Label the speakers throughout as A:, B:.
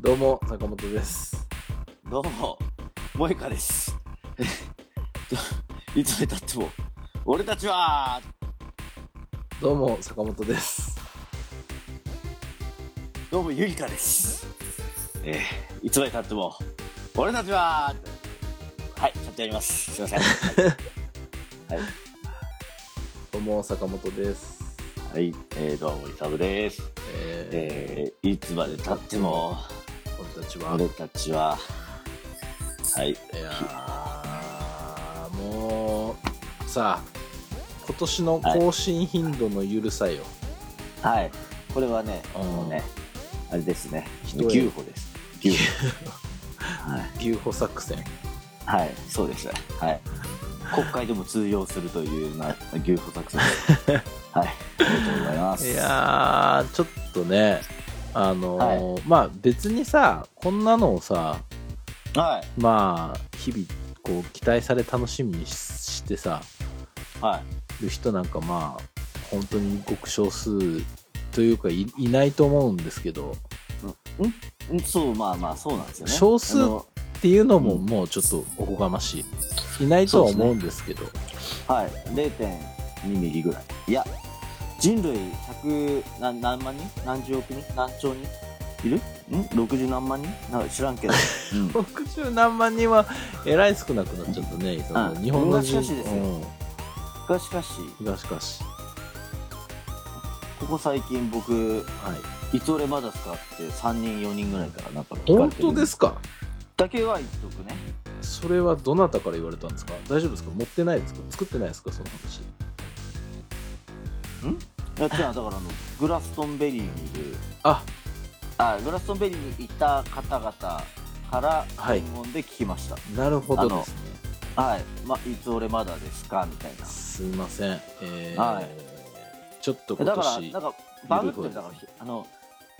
A: どうも、坂本です。
B: どうも、萌香です。 いつまで経っても、俺たちは、
A: どうも、坂本です。
B: どうも、ゆりかです。えー、いつまで経っても、俺たちは、はい、ちゃんとやります。すいません。はい、
A: どうも、坂本です。
B: はい、えー、どうも、いさぶです。
A: え
B: えー、いつまで経っても、
A: ー、俺たちは、
B: 俺たちは、はい、
A: いやー、もう、さあ、今年の更新頻度のゆるさよ。
B: はい、これはね、
A: うん
B: もうね、あれですね、
A: 一重
B: 牛歩です。牛歩。はい。
A: 牛歩作戦。
B: はい、そうです。はい。国会でも通用するというな牛歩 作戦。はい、ありがとうございま
A: い
B: す。
A: やー、ちょっとね、あのーまあ別にさ、こんなのをさ、
B: は
A: まあ、日々、こう、期待され楽しみにししてさ、
B: い、はい、
A: る人なんかまあ本当にごく少数というかいいないと思うんですけど
B: うんそう、まあまあ、そうなんですよね。
A: 少数
B: あの
A: っていうのも
B: うん
A: もうちょっとおこがましいいないとは思うんですけど
B: はい、0.2ミリぐらい。いや、人類100何何万人何十億人何兆人いるん ?60 何万人なんか知らん けど。うん
A: 60何万人はえらい少なくなっちゃったね、その日本の人
B: 昔々ですよ
A: うん
B: がしかし、
A: がしかし
B: ここ最近僕、
A: はい
B: いつ俺まだ使って3人4人ぐらいからなんか聞か
A: 本
B: れてる
A: 当ですか
B: だけは言っとくね。
A: それはどなたから言われたんですか大丈夫ですか持ってないですか作ってないですかその話
B: いや違うだからあのグラストンベリーにいる
A: あ
B: あグラストンベリーにいた方々から
A: はい
B: 文言で聞きました
A: なるほどですね
B: はい、まいつ俺まだですかみたいな
A: すいませんえー
B: はい
A: ちょっと今
B: だから
A: 年
B: なんかバグってるだからあの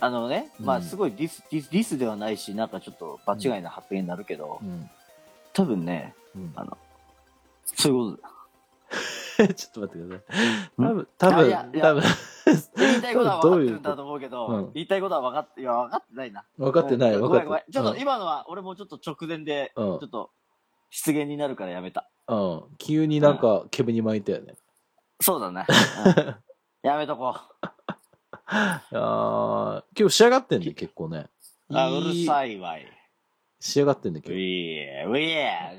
B: あのね、ま
A: う
B: あ
A: ん
B: すごいディスディスディスではないしなんかちょっと場違いな発言になるけど、
A: うん
B: 多分ね
A: うん
B: そういうこ
A: ちょっと待ってください。多分、多
B: あい
A: 分
B: やい、や
A: 多分、
B: とだ言いたい ことは分かってるんだと思うけど
A: うん
B: 言いたいことは分かっていや分かってないな
A: 分かってない、
B: うん
A: 分
B: ご
A: か
B: め
A: っ
B: ん
A: て
B: ごめ
A: ない
B: ん。ちょっと今のは俺もちょっと直前でち
A: うん
B: ょっと失言になるからやめた
A: うん、うん。急になんか、煙に巻いたよね。
B: そうだね。やめとこ
A: あー、今日仕上がってんね、結構ね。
B: う。あ、うる
A: い。
B: さいわい。
A: 仕上がってんね、
B: う
A: 今日。
B: えう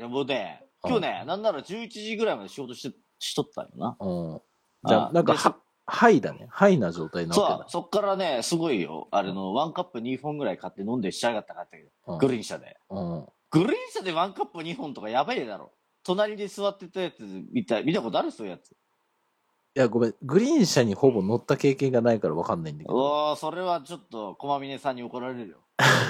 B: えもうね、今日ね、なんなら11時ぐらいまで仕事してしとったよな。
A: うん。じゃあ、
B: あ
A: なんか、
B: で
A: は、はいだね。はいな状態な
B: そう
A: わ
B: だ、そっからね、すごいよ。あれの、ワンカップ2本ぐらい買って飲んでしやがったかったけど、
A: けだ。
B: グリーン車で。
A: うん。うん。
B: グリーン車でワンカップ2本とかやばいだろ。隣で座ってたやつ見た、見たことあるそういうやつ。
A: いや、ごめん。グリーン車にほぼ乗った経験がないから分かんないんだけど。
B: おー、それはちょっと、駒峰さんに怒られるよ。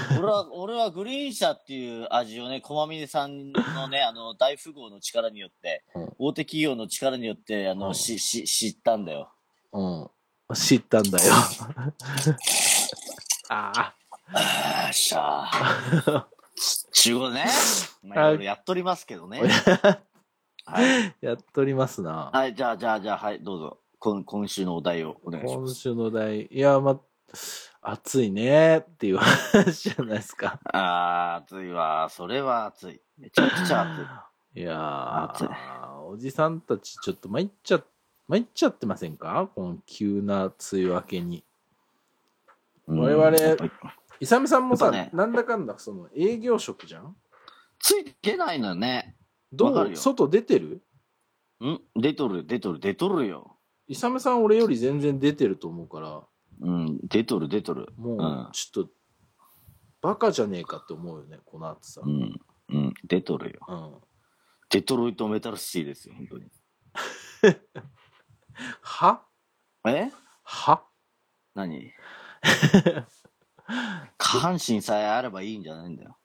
B: 俺は、俺はグリーン車っていう味をね、駒峰さんのね、あの、大富豪の力によって、
A: うん
B: 大手企業の力によって、あの、
A: うん
B: し、し、知ったんだよ。
A: うん。知ったんだよ。あ あ。
B: あっしゃー。 仕事ね。まあ、
A: あ
B: いろいろやっとりますけどね。はい。
A: やっとりますな。
B: はい、じゃあ、じゃあ、じゃあ、はい、どうぞ。今今週のお題をお願いしま
A: 今週のお題、いや、ま、暑いねっていう話じゃないですか。
B: す。あー、暑いわ。それは暑い。めちゃくちゃ暑い。
A: いや
B: 暑い
A: ー、おじさんたちちょっと参っちゃ、参っちゃってませんかこの急な梅雨明けに。 我々
B: うん
A: イサムさんもさ、
B: やっぱね
A: なんだかんだその営業職じゃん
B: ついてないのよね。わ
A: ど
B: かる
A: う
B: よ
A: 外出てる
B: ん出とる、出とる、出とるよ。
A: イサムさん俺より全然出てると思うから、
B: うん、出とる、出とる。
A: もうちょっと、バカじゃねえかって思うよね、この暑さ。
B: う
A: うん
B: ん、うん、出とるよ。デトロイトメタルシティですよ、本当に。
A: は
B: え
A: は
B: 何下半身さえあればいいんじゃないんだよ。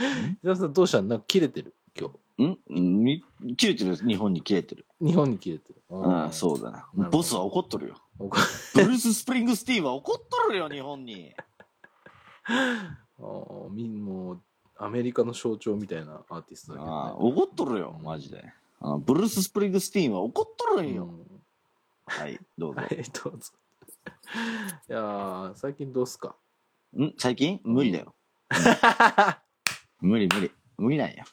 A: イサムさんどうしたのなんか切れてる今日。
B: んみ切れてる、日本に切れてる。
A: 日本に切れてる。
B: うん、そうだ
A: ほど
B: な。ボスは怒っとるよ。
A: う。
B: ブルース・スプリングスティーンは怒っとるよ、日本に。
A: あーみんもうアメリカの象徴みたいなアーティストだけ
B: ああ
A: どね
B: 怒っとるよ、マジで。あブルース・スプリングスティーンは怒っとるんよ。
A: うん
B: はい、どうぞ
A: は。いどうぞいやー最近どうっすか
B: うん最近無理だよ。無理無理。無理なんや。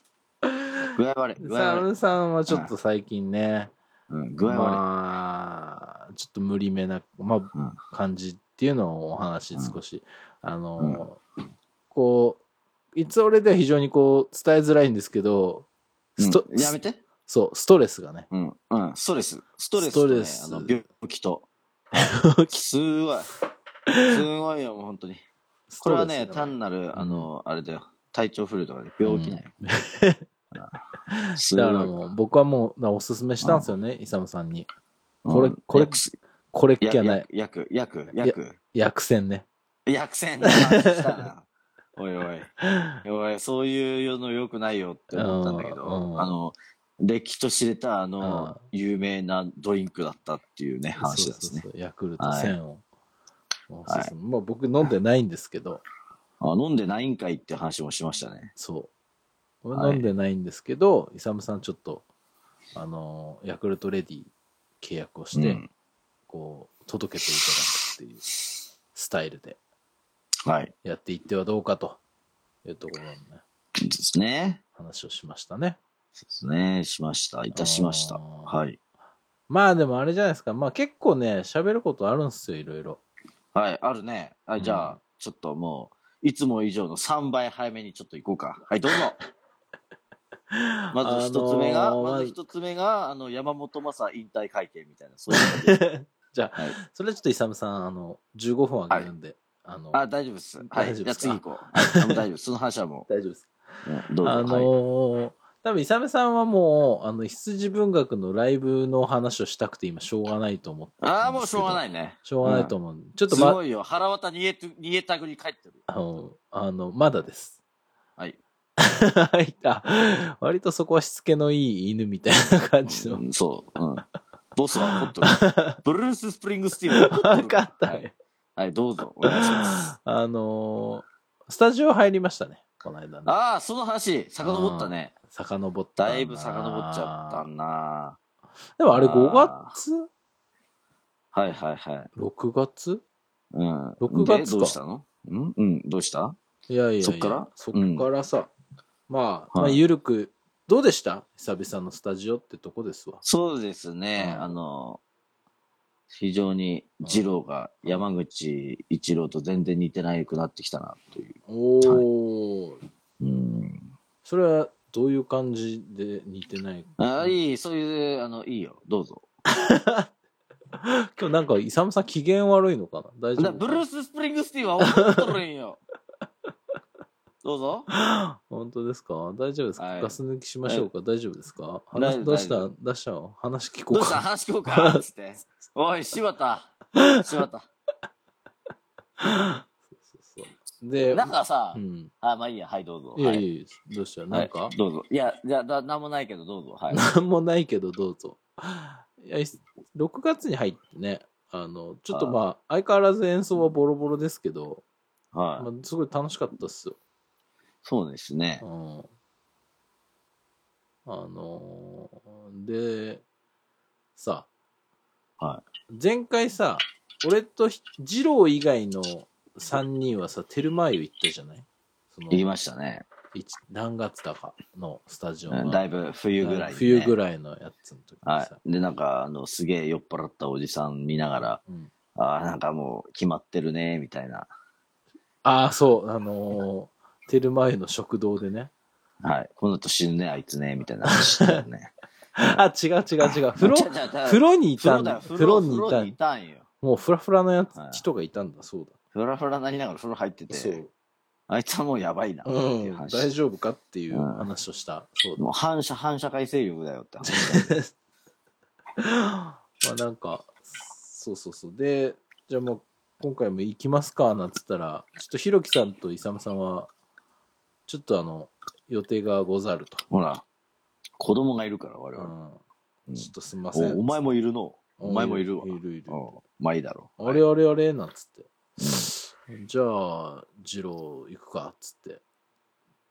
B: 具合悪い。具合
A: サ
B: 悪い。
A: ムさんはちょっと最近ね、
B: うん、具合悪い。
A: まあ、ちょっと無理めな、まあ、
B: うん
A: 感じっていうのをお話少し、あの、こう、いつ俺では非常にこう、伝えづらいんですけど、スト、
B: うんやめて。
A: そう、ストレスがね、
B: うん、うん、ストレス。ストレス
A: スト
B: と、ね
A: レ、ス
B: あの病気と。すごい。すごいよ、もう本当に。これはね、
A: ストレスが
B: 単なる、あの、あれだよ。体調不良とかで病気だよ。あすごい
A: だからもう、僕はもう、だからおすすめしたんですよね、イサムさんに。これ
B: うん
A: これ
B: 薬
A: これっきゃ
B: 薬
A: ない、
B: 薬、薬、薬、
A: 薬膳ね。
B: 薬膳の話したなおいおい。おい、そういうの良くないよって思ったんだけ
A: うんうん
B: ど、あの、歴史と知れたあの、有名なドリンクだったっていうね、話なんですね
A: そう。そうそうヤクルト
B: はい
A: 1000を。おすすめまあ僕飲んでないんですけど、
B: あ飲んでないんかいって話もしましたね。
A: そう。
B: はい
A: 飲んでないんですけど、イサムさんちょっと、あのー、ヤクルトレディ契約をして、
B: うん
A: こう、届けていただくっていうスタイルで
B: はい。
A: やっていってはどうかというところのね、
B: ですね。
A: 話をしましたね。
B: ですね。しました。いたしました。
A: あー
B: はい。
A: まあでもあれじゃないですか、まあ結構ね、喋ることあるんですよ、いろいろ。
B: はい、あるね。は
A: う
B: い、
A: ん
B: じゃあ、ちょっともう、いつも以上の3倍早めにちょっと行こうか。はい、どう ぞ。まず一つ目が、
A: あのー
B: まず一つ目が、あの、山本昌引退会見みたいな、そういう感じで
A: じゃあ、
B: はい
A: それはちょっとイサムさん、あの、15分あげるんで、あの、
B: あ、大丈夫です。は
A: 大丈夫
B: い、じ
A: で
B: ゃあ
A: すか
B: 次行こう。はい、あもう大丈夫です。その話はも
A: 大丈夫です。
B: う、うんどうぞ。
A: あの
B: はい
A: ー多分イサメさんはもうあの羊文学のライブの話をしたくて今しょうがないと思って
B: あー、もうしょうがないいね。
A: しょうがないと思う、ちょっと
B: す
A: ま
B: ごいよ。腹渡逃げて、逃げたぐり帰ってる。
A: あのあのまだです
B: はい。
A: はいあ割とそこはしつけのいい犬みたいな感じの
B: うんそう、うん。ボスは怒って る。ブルース・スプリングスティーンは怒ってる
A: 分かった
B: はい
A: ね、
B: はい、どうぞ、お願いします。
A: あのースタジオ入りましたねこの間ね
B: ああ、その話、遡ったね。
A: 遡ったな
B: だいぶ遡っちゃったな。
A: でもあれ
B: あ
A: 5月
B: はいはいはい。
A: 6月
B: うん。
A: 6月か
B: でどうしたのうんうん、どうした
A: いやいやいや
B: そっから
A: そっからさ、まあ、まあ
B: はい
A: ゆるくどうでした久々のスタジオってとこですわ
B: そうですね、
A: うん
B: あの、非常に二郎が山口一郎と全然似てないくなってきたなという。
A: おお、
B: うん。
A: それはどういう感じで似てない
B: ああ、いい、そういう、あの、いいよ、どうぞ。
A: 今日なんかイサムさん機嫌悪いのかな大丈
B: だ
A: 夫
B: ブルース・スプリングスティーンは怒っとる んよ。どうぞ。
A: 本当ですか大丈夫ですか、
B: はい
A: ガス抜きしましょうか大丈夫ですか
B: 大丈夫
A: 話どうし
B: 大
A: た
B: 丈
A: 出しちゃおう話聞こ
B: ど
A: う
B: うした
A: か
B: 話聞こうかつって。おい、柴田。柴田。
A: そうそうで
B: なんかさ、
A: うん
B: あ、まあいいや、はい、どうぞ。
A: いや
B: はい
A: いやいやどうしたなんか、
B: はいどうぞ。いや、じゃあだ、なんもないけど、どうぞ。はい。
A: なんもないけどどうぞ。いやい6月に入ってね、あの、ちょっとまあ、相変わらず演奏はボロボロですけど、ま
B: は
A: あ
B: い。、
A: すごい楽しかったっすよ。
B: そうですね
A: う。ん。あのーで、さ、
B: は
A: 前回さ、俺とひ二郎以外の3人はさ、テルマーユ行ったじゃないその
B: い。行きましたね。
A: いち何月だかのスタジオ
B: うん
A: の。
B: だいぶ冬ぐらい、ね。
A: 冬ぐ
B: い。
A: らいのやつの時にさ。
B: はい。で、なんか、あの、すげえ酔っ払ったおじさん見ながら、
A: うん
B: ああ、なんかもう決まってるね、みたいな。
A: ああ、そう、あのー、テルマユの食堂で ね。
B: はい。この後死ぬね、あいつね、みたいな話してたよね。
A: あ、違う 違う違う。風呂、
B: ちょちょちょ
A: 風呂にい
B: 風
A: た
B: 呂
A: ん
B: だよ
A: だ。
B: 風
A: 風呂
B: 呂風
A: にい
B: 呂
A: た
B: にいたんよ。
A: もうフラフラのやつ、
B: はい
A: 人がいたんだ、そう
B: ふらふらなりながら風呂入って
A: だ。
B: て。あいつはもうやばいな、って
A: う、
B: いうん話。
A: 大丈夫かっていう
B: うん
A: 話をした。そうだ。
B: もう反社、反社会勢力だよって話。
A: まあなんか、そうそうそう。で、じゃあもう、今回も行きますか、なんつったら、ちょっとひろきさんとイサムさんは、ちょっとあの、予定がござると。
B: ほら、子供がいるから、我
A: う
B: 々。
A: ん
B: う。ん
A: ちょっとすみません。
B: おお前もいるの。お前もいるわ。
A: いるいる。
B: うんまあいいだろう。
A: あれあれあれなんつって。じゃあ、二郎行くかっつって。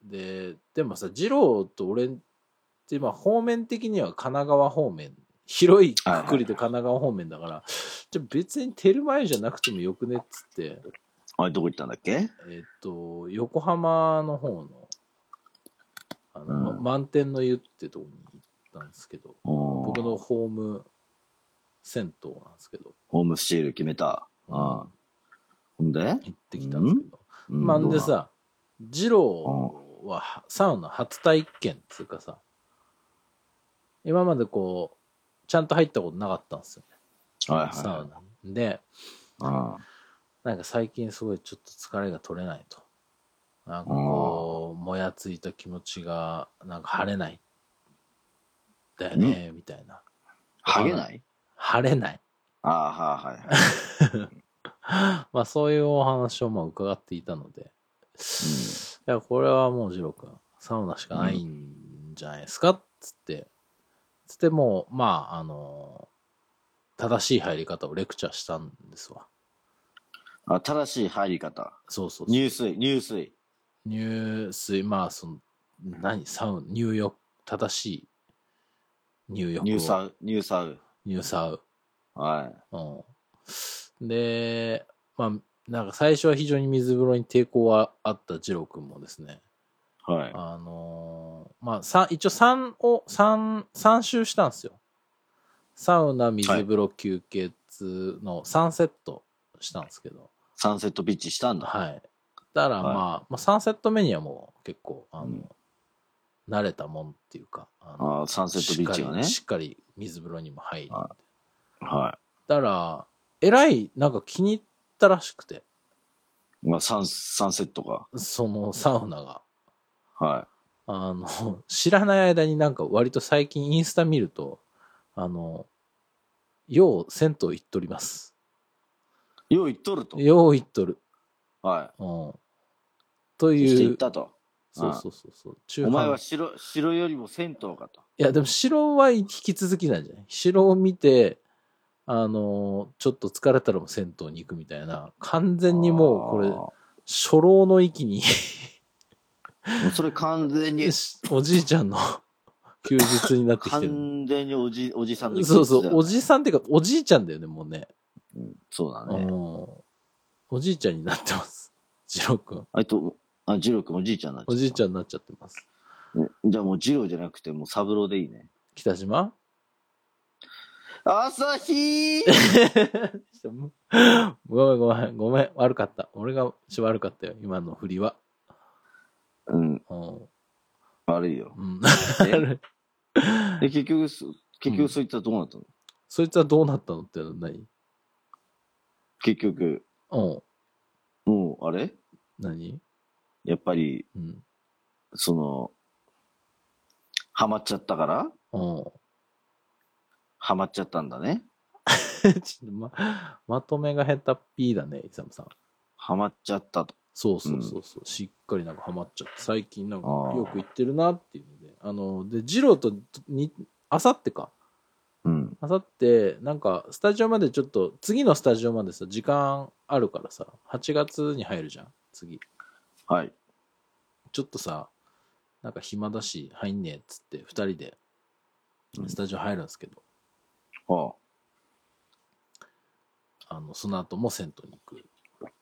A: で、でもさ、二郎と俺って今方面的には神奈川方面。広いくくりで神奈川方面だから、じゃあ別にテルマエじゃなくてもよくねっつって、
B: あれ、どこ行ったんだっけ
A: えっと、横浜の方の、あの、ま
B: うん
A: 満天の湯ってとこに行ったんですけど、僕
B: 僕
A: のホーム銭湯なんですけど、
B: ホームスチール決めた。うん。
A: 行
B: ほんで
A: ってきたんですけど。
B: うん
A: まあ、んで
B: どう
A: さ、二郎はサウナ初体験っていうかさ、今までこう、ちゃんと入ったことなかったんですよね、
B: なはい
A: サウナに。で、
B: は
A: なんか最近すごいちょっと疲れが取れないと。なんかこう、もやついた気持ちが、なんか晴れない。だよね、みたいな。
B: い。うん。ハゲない
A: 晴れない。
B: ああ、はいはいはい。
A: まあそういうお話をまあ伺っていたので、いや、これはもうジロ君、サウナしかないんじゃないですかっつって、つってもう、まあ、あの正しい入り方をレクチャーしたんですわ。
B: あ正しい入り方。
A: そうそうそう。
B: 入水、入水。
A: 入水、まあ、その、何、サウン、入浴、正しい入浴を。
B: 入サウ、入サウ。
A: 入サウ。
B: はい。
A: うん。で、まあ、なんか最初は非常に水風呂に抵抗はあった二郎くんもですね、
B: は い。
A: あのーまあ、さ一応3を、三三周したんですよ。サウナ、水風呂、休憩の3セットしたんですけど、
B: サンセットピッチしたんだ。
A: はい。だからまあ、まあ3セット目にはもう結構、あの、
B: うん
A: 慣れたもんっていうか、あの
B: ああ、サンセットビーチがね。
A: しっかりしっかり水風呂にも入り。
B: はは
A: だから、えらい、なんか気に入ったらしくて、
B: い。まあ、サン、サンセットが。
A: そのサウナが。
B: は
A: あの、 知らない間になんか割と最近インスタ見ると、あの、よう銭湯行っとります。
B: い。よう行っとると。
A: よう行っとる。
B: は
A: うん。と
B: い。そして
A: い
B: 行っ
A: う。
B: たと。
A: そうそうそうそう。中
B: お前は
A: い
B: 城、城よりも銭湯かと。
A: や、でも城は引き続きなんじゃない城を見て、あの、ちょっと疲れたらもう銭湯に行くみたいな、完全にもうこれ、初老の域に
B: れ。もうそれ完全に、
A: おじいちゃんの 休日になってきてる。
B: 完全におじ、おじさんの
A: そうそ
B: 気持ちだ
A: う、
B: よ
A: おじさんっていうか、おじいちゃんだよね、もうね。
B: うんそうだ
A: う
B: ね。
A: んおじいちゃんになってます。 ジロー君。
B: あと、あ、ジロー君おじいちゃんになっちゃ
A: お
B: った
A: じいちゃんになっちゃってます。
B: ねじゃあもうジローじゃなくて、もうサブローでいいね。
A: 北島
B: 朝 日
A: ごめんごめん、ごめん、悪かった。俺が悪かったよ、今の振りは。
B: うん、
A: うん。
B: 悪 いよ。
A: うん、
B: で、で結局そ、結局そういったらどうなったの、
A: そいつはどうなったのってのは何
B: 結局、
A: うん。
B: もう、あれ
A: 何
B: やっぱり、
A: うん。
B: その、ハマっちゃったから
A: うん。
B: ハマっちゃったんだね。
A: ちょっとま、まとめが下手っぴーだね、イサムさん。
B: ハマっちゃったと。
A: そうそうそうそう、しっかりなんかハマっちゃって最近なんか
B: あー
A: よく行ってるなっていうのであのでジローとにあさってか
B: うん。
A: あさってなんかスタジオまでちょっと次のスタジオまでさ時間あるからさ8月に入るじゃん次
B: はい。
A: ちょっとさなんか暇だし入んねえっつって2人で
B: うん
A: スタジオ入るんですけど、
B: ああ
A: あのその後も銭湯に行く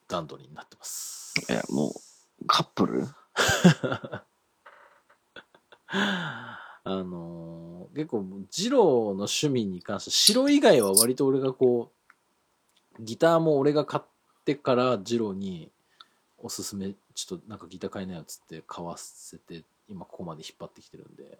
A: 段取りになってます
B: いやもカップル
A: あのー結構ジローの趣味に関して白以外は割と俺がこうギターも俺が買ってからジローにおすすめちょっとなんかギター買いなよっつって買わせて今ここまで引っ張ってきてるんで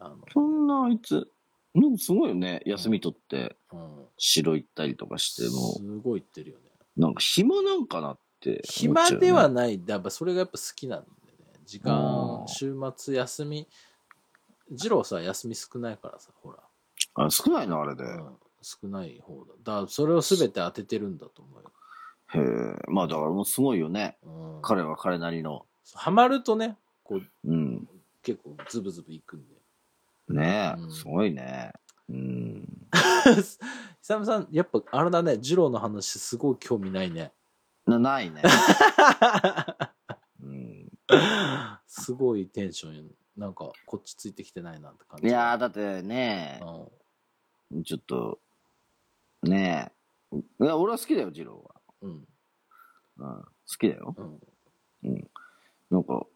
A: あ
B: そんなあいつ、なんかすごいよね。休み取って、
A: の、うん、
B: 城行ったりとかして、も
A: すごい言ってるよね
B: う、なんか暇なんかなって思っ
A: 暇
B: ちゃうよね、
A: ではないやっぱそれがやっぱ好きなんでね時間
B: あー
A: 週末休みジローさ休み少ないからさほら
B: あ少ないな、あれで。
A: うん、少ない方だ。だからそれを全て当ててるんだと思うよ。
B: へえ、まあだからもうすごいよね。
A: うん、
B: 彼は彼なりの。
A: ハマるとね、こう
B: うん。
A: 結構ズブズブいくんで。
B: ねえ、
A: うん
B: すごいね。うん。
A: 久ムさん、やっぱあれだね、二郎の話すごい興味ないね。
B: なないね。うん、
A: すごいテンション、なんかこっちついてきてないなって感
B: い
A: じ。
B: やー、だってね
A: う、ん、
B: ちょっと、ねえ。いや、俺は好きだよ、二郎は。
A: うん。
B: うん、好きだよ。
A: うん
B: うん。なんか、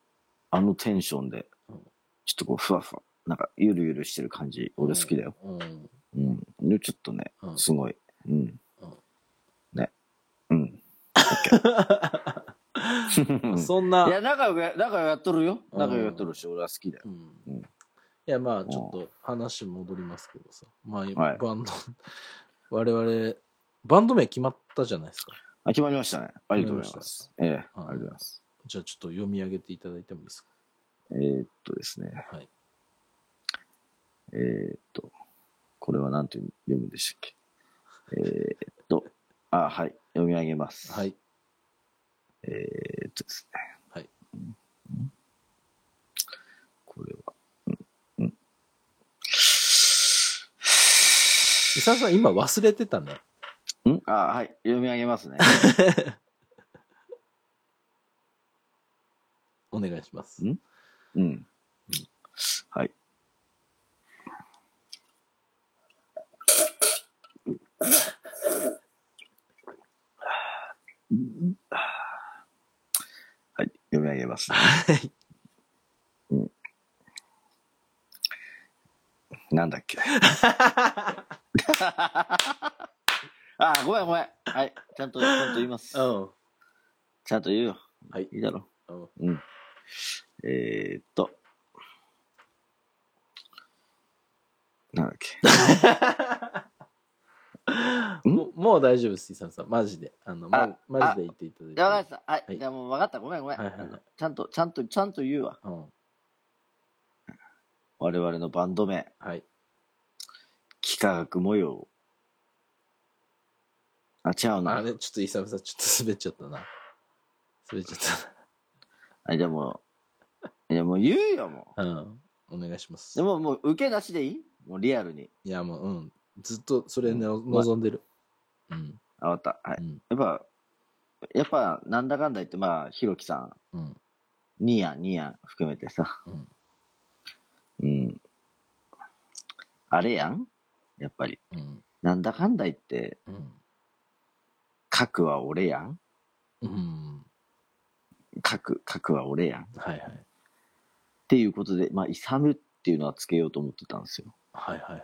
B: あのテンションで
A: うん、
B: ちょっとこう、ふわふわ、なんか、ゆるゆるしてる感じ、俺好きだよ。
A: うん。
B: うん。で、ちょっとね、
A: うん。
B: すごい。うん
A: うん。
B: ね。うん。 い
A: そんな、
B: や、仲良くや、仲良くやっとるよ。
A: うん
B: 仲良くやっとるし、俺は好きだよ。
A: うん
B: うん
A: いやまあちょっと話戻りますけどさ、まあ、
B: はい
A: バンド 我々バンド名決まったじゃないですか
B: あ、決まりましたね。ありがとうございます。ええ、あ
A: はい
B: りがとうございます。
A: じゃあちょっと読み上げていただいてもいいですか
B: えー、っとですね。
A: はい
B: えー、っと、これは何て読むんでしたっけ。えー、っと、あ、はい、読み上げます。
A: はい
B: えー、っとですね。
A: はい
B: うん。これは。
A: 伊沢さん今忘れてたね
B: んあ、はい、読み上げますね。
A: お願いします
B: んうん。はい。はい、読み上げます、
A: はい
B: うんなんだっ け。あ、ごめんごめん。はい、ちゃんと、ちゃんと言います。
A: うん
B: ちゃんと言うよ。
A: はい
B: いいだろ。
A: うん
B: うん。えー、っと。なんだっけ。ん
A: もうもう大丈夫です伊沢さんマジであのもう
B: あ
A: マジで言っていただいて
B: いや、分かった。はい。
A: はい
B: じゃあもう分かった。ごめんごめん、
A: はいはいはい
B: あのちゃんと、ちゃんと、ちゃんと言うわ。
A: うん
B: 我々のバンド名、
A: はい
B: 幾何学模様。あ、違う
A: あ
B: な。
A: れちょっと伊沢さんちょっと滑っちゃったな滑っちゃっ
B: あ、じゃあもう、いやもう言うよ、も
A: たなうんお願いします
B: う。でももう受け出しでいいもうリアルに。
A: いやもう、うん。ずっとそれね、
B: うん
A: 望んでる。うん。
B: あ、分かった。は
A: う
B: い。
A: ん。
B: やっぱ、やっぱ、なんだかんだ言って、まあ、ひろきさん、
A: うん。
B: ニア、ニア含めてさ。
A: うん
B: うん。あれやんやっぱり。
A: うん。
B: なんだかんだ言って、
A: うん。
B: 核は俺やん
A: うん。
B: 核、核は俺やんっ
A: はいはい。
B: ていうことで、まあ、イサムっていうのはつけようと思ってたんですよ。
A: はいはいはい。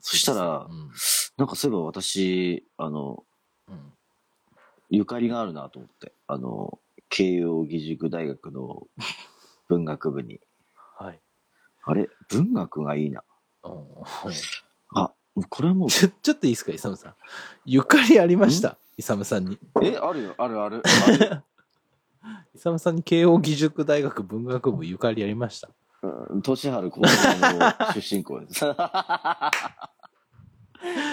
B: そしたら
A: うん。
B: なんかそういえば私、あの、
A: うん。
B: ゆかりがあるなと思って。あの、慶応義塾大学の文学部に。
A: はい。
B: あれ文学がいいな。
A: うん
B: あ、これはも う、
A: ちょ、ちょっといいですか、イサムさん。ゆかりありました、イサムさんに。
B: え、あるよ、あるある。ある
A: イサムさんに慶応義塾大学文学部ゆかりありました。
B: うん、年春高校の出身校です。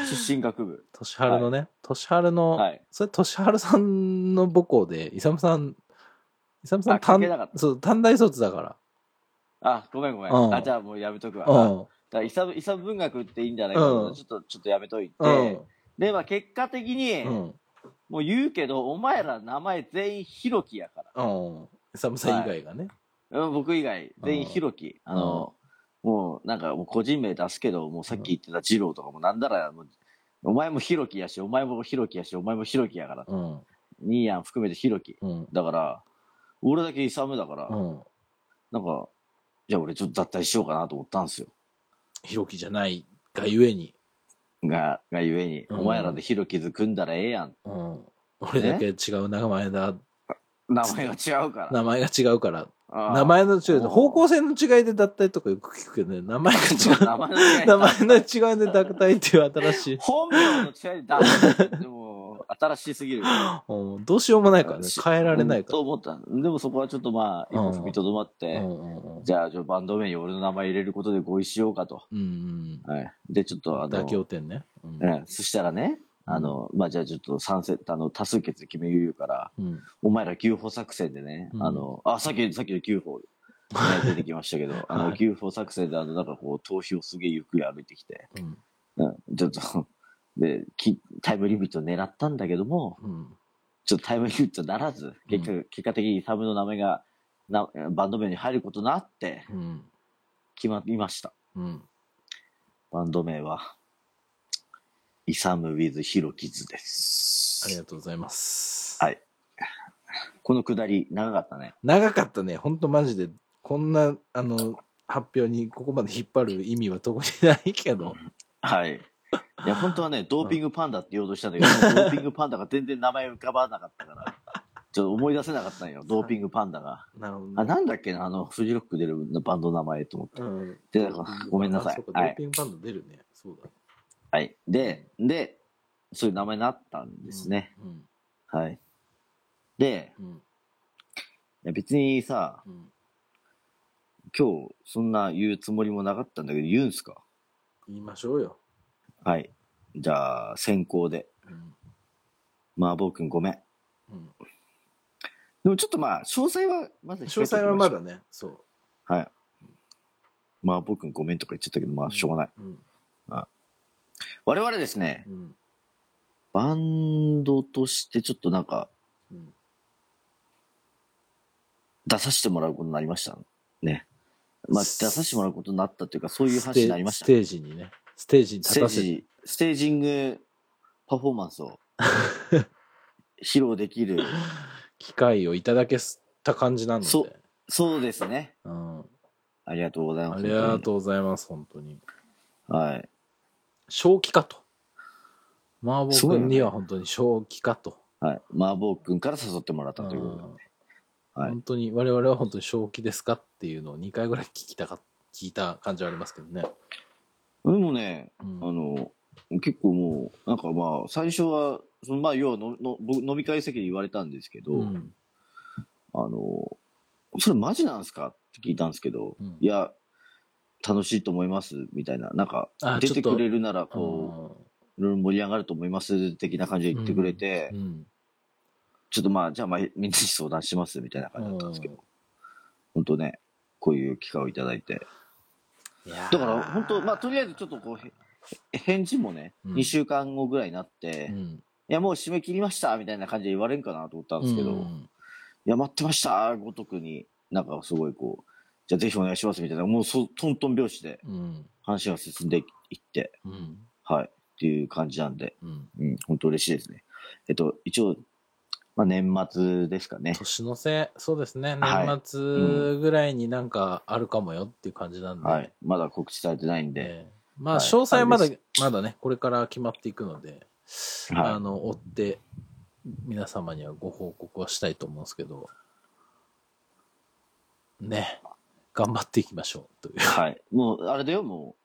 B: 出身学部。
A: 年春のね、年春の、
B: はい。
A: それ年春さんの母校で、イサムさん、イサムさん
B: あ関係なかっ
A: そう、短大卒だか
B: あ、ごめんごめん。
A: うん
B: あ、じゃあもうやめとくわ。
A: ら。
B: だ
A: う
B: か
A: ん。
B: らイサブ、イサブ文学っていいんじゃないかと思ってちょっと、ちょっとやめといて。
A: うん。
B: で、まあ結果的に、
A: うん。
B: もう言うけど、お前ら名前全員ひろきやか
A: うん。寒さん以外がね。
B: ら。うん、僕以外、全員ひろき。あの、もうなんかもう個人名出すけど、もうさっき言ってた二郎とかもなんだら、もうお前もひろきやし、お前もひろきやし、お前もひろきやから。
A: うん。
B: ニーヤン含めてひろき。
A: うん。
B: だから、俺だけイサムだから、
A: うん。
B: なんか、じゃあ俺ちょっと脱退しようかなと思ったんですよ。
A: ひろきじゃないがゆえに。
B: が、がゆえに、
A: うん
B: お前らでヒロキズ組んだらええやん。
A: うん。俺だけ違う名前だ。
B: 名前が違うから。
A: 名前が違うから。
B: ああ
A: 名前の違いで、
B: うん
A: 方向性の違いで脱退とかよく聞くけどね、名前が違う。
B: 名前の違い
A: 名前の違いで脱退っていう新しい。
B: 本名の違いで脱退でも、新しすぎる。
A: うんどうしようもないからね。
B: し
A: 変えられないか
B: と思った。でもそこはちょっとまあ、一歩踏みとどまっ
A: ら。う
B: て、
A: んうんうん
B: じゃあ、ちょバンド名に俺の名前入れることで合意しようかと。
A: うん
B: はい。で、ちょ
A: う
B: っ
A: ん。
B: とあの、
A: 妥協点ね。うん
B: うん、そしたらね、あの、まあ、じゃあちょっと賛成、あの、多数決で決め言うから、
A: うん。
B: お前ら UFO 作戦でね、
A: うん
B: あの、あ、さっき、さっきの UFO、ね、出てきました けど、あの、UFO 作戦で、あの、なんかこう、投票すげえゆっくり歩いてきて、
A: うん。
B: うん、ちょっと、 で、きタイムリミット狙ったんだけども、
A: うん。
B: ちょっとタイムリミットならず、結局、結果的にサムの名前が、なバンド名に入ることになって、
A: うん。
B: 決まりました。
A: うん。
B: バンド名は、イサム・ウィズ・ヒロキズで
A: あり
B: す。
A: がとうございます。
B: はいこのくだり、長かったね。
A: 長かったね。ほんとマジで。こんな、あの、発表にここまで引っ張る意味はどこにないけど。
B: はい。いや、本当はね、ドーピングパンダって言おうとしたんだけ ど、ドーピングパンダが全然名前浮かばなかったから、ちょっと思い出せなかったんよ、ドーピングパンダが。
A: なるほ
B: あ、
A: ど、ね。
B: なんだっけな、あの、フジロック出るバンドの名前と思って。
A: うん
B: でごめんなさい
A: あそうかド
B: はい
A: ーピングバンド出るね。そうだ。
B: はい。で、で、そういう名前になったんですね。
A: うん。
B: はい。で、
A: うん。
B: いや別にさ、
A: うん。
B: 今日そんな言うつもりもなかったんだけど、言うんすか
A: 言いましょうよ。
B: はい。じゃあ、先行で。
A: うん。
B: 麻婆くんごめん。
A: うん、
B: でもちょっとまあ、詳細はまず控えておきましょ
A: 詳
B: う
A: 細はまだね。そう。
B: はい。まあ僕ごめんとか言っちゃったけど、まあしょうがない。
A: うん。
B: 我々ですね
A: う、ん。
B: バンドとしてちょっとなんか
A: うん。
B: 出させてもらうことになりましたね。まあ出させてもらうことになったというか、そういう話になりました
A: ス。テージにね。ステージに
B: ス
A: 立
B: テー
A: たせて。
B: ジ、ステージングパフォーマン スを披露できる。
A: 機会をいただけた感じなので。
B: そう。そうですね。
A: うん。
B: ありがとうございま
A: あ
B: す。
A: りがとうございます、本当に。
B: はい。
A: 正気かと。麻
B: そ
A: 婆
B: うだ
A: 君
B: ね
A: には本当に正気かと。
B: はい。麻婆くんから誘ってもらった
A: うん
B: ということで。はい
A: 本当に、我々は本当に正気ですかっていうのを2回ぐらい聞きたか、聞いた感じはありますけどね。
B: でもね、
A: うん
B: あの、結構もう、なんかまあ、最初は、そのまあ、要はのの僕飲み会席で言われたんですけど、
A: うん
B: あの、それマジなんすかって聞いたんですけど、
A: うん
B: いや、楽しいと思います、みたいな。なんか
A: あ、
B: 出
A: ちょ
B: て
A: っと
B: くれるなら、こう、いろいろ盛り上がると思います、的な感じで言ってくれて、
A: うん
B: ちょっとまあ、じゃあまあ、みんなに相談します、みたいな感じだったんですけど、
A: うん
B: 本当ね、こういう機会をいただいて。
A: いやー
B: だから、本当まあ、とりあえずちょっとこう、へ返事もね、
A: うん
B: 2週間後ぐらいになって、
A: うん
B: いや、もう締め切りましたみたいな感じで言われんかなと思ったんですけ
A: う
B: ど、い
A: ん
B: や、待ってましたごとくに、なんかすごいこう、じゃあぜひお願いしますみたいな、もうそトントン拍子で
A: うん
B: 話が進んでいって、
A: うん
B: はい、っていう感じなんで、
A: うん
B: うん、本当嬉しいですね。えっと、一応、まあ年末ですかね。
A: 年の瀬、そうですね、
B: はい
A: 年末ぐらいになんかあるかもよっていう感じなんで、
B: はい、まだ告知されてないんで、
A: ええまあ、
B: はい
A: 詳細はまだ
B: あれ、
A: まだね、これから決まっていくので、
B: はい
A: あの、追って、皆様にはご報告はしたいと思うんですけど、ね、頑張っていきましょう、という。
B: はい、もう、あれだよ、も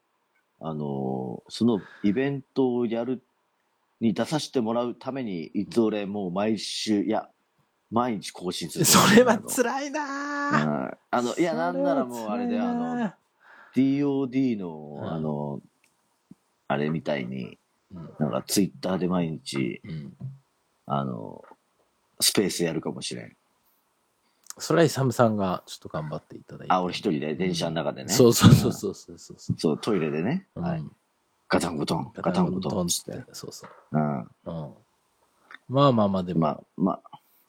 B: う、あのーそのイベントをやる、に出させてもらうために、いつ俺、もう毎週、いや、毎日更新す る。
A: それは
B: あの
A: 辛いなぁ
B: あの、いや、なんならもうあれで、あの、、DOD の
A: う、ん
B: あの、あれみたいに、
A: それは辛い
B: なんかツイッターで毎日、
A: うん、うん。
B: あの、スペースやるかもしれん。
A: それはイサムさんがちょっと頑張っていただいて。
B: あ、俺一人で、電車の中でね。
A: そうそうそうそうそうそうそう。
B: そう、トイレでね。はい。
A: うん
B: ガタンゴトン、ガタンゴトンっつって。
A: そうそう。
B: うん。
A: うん。まあまあまあ、でも、
B: まあ、ま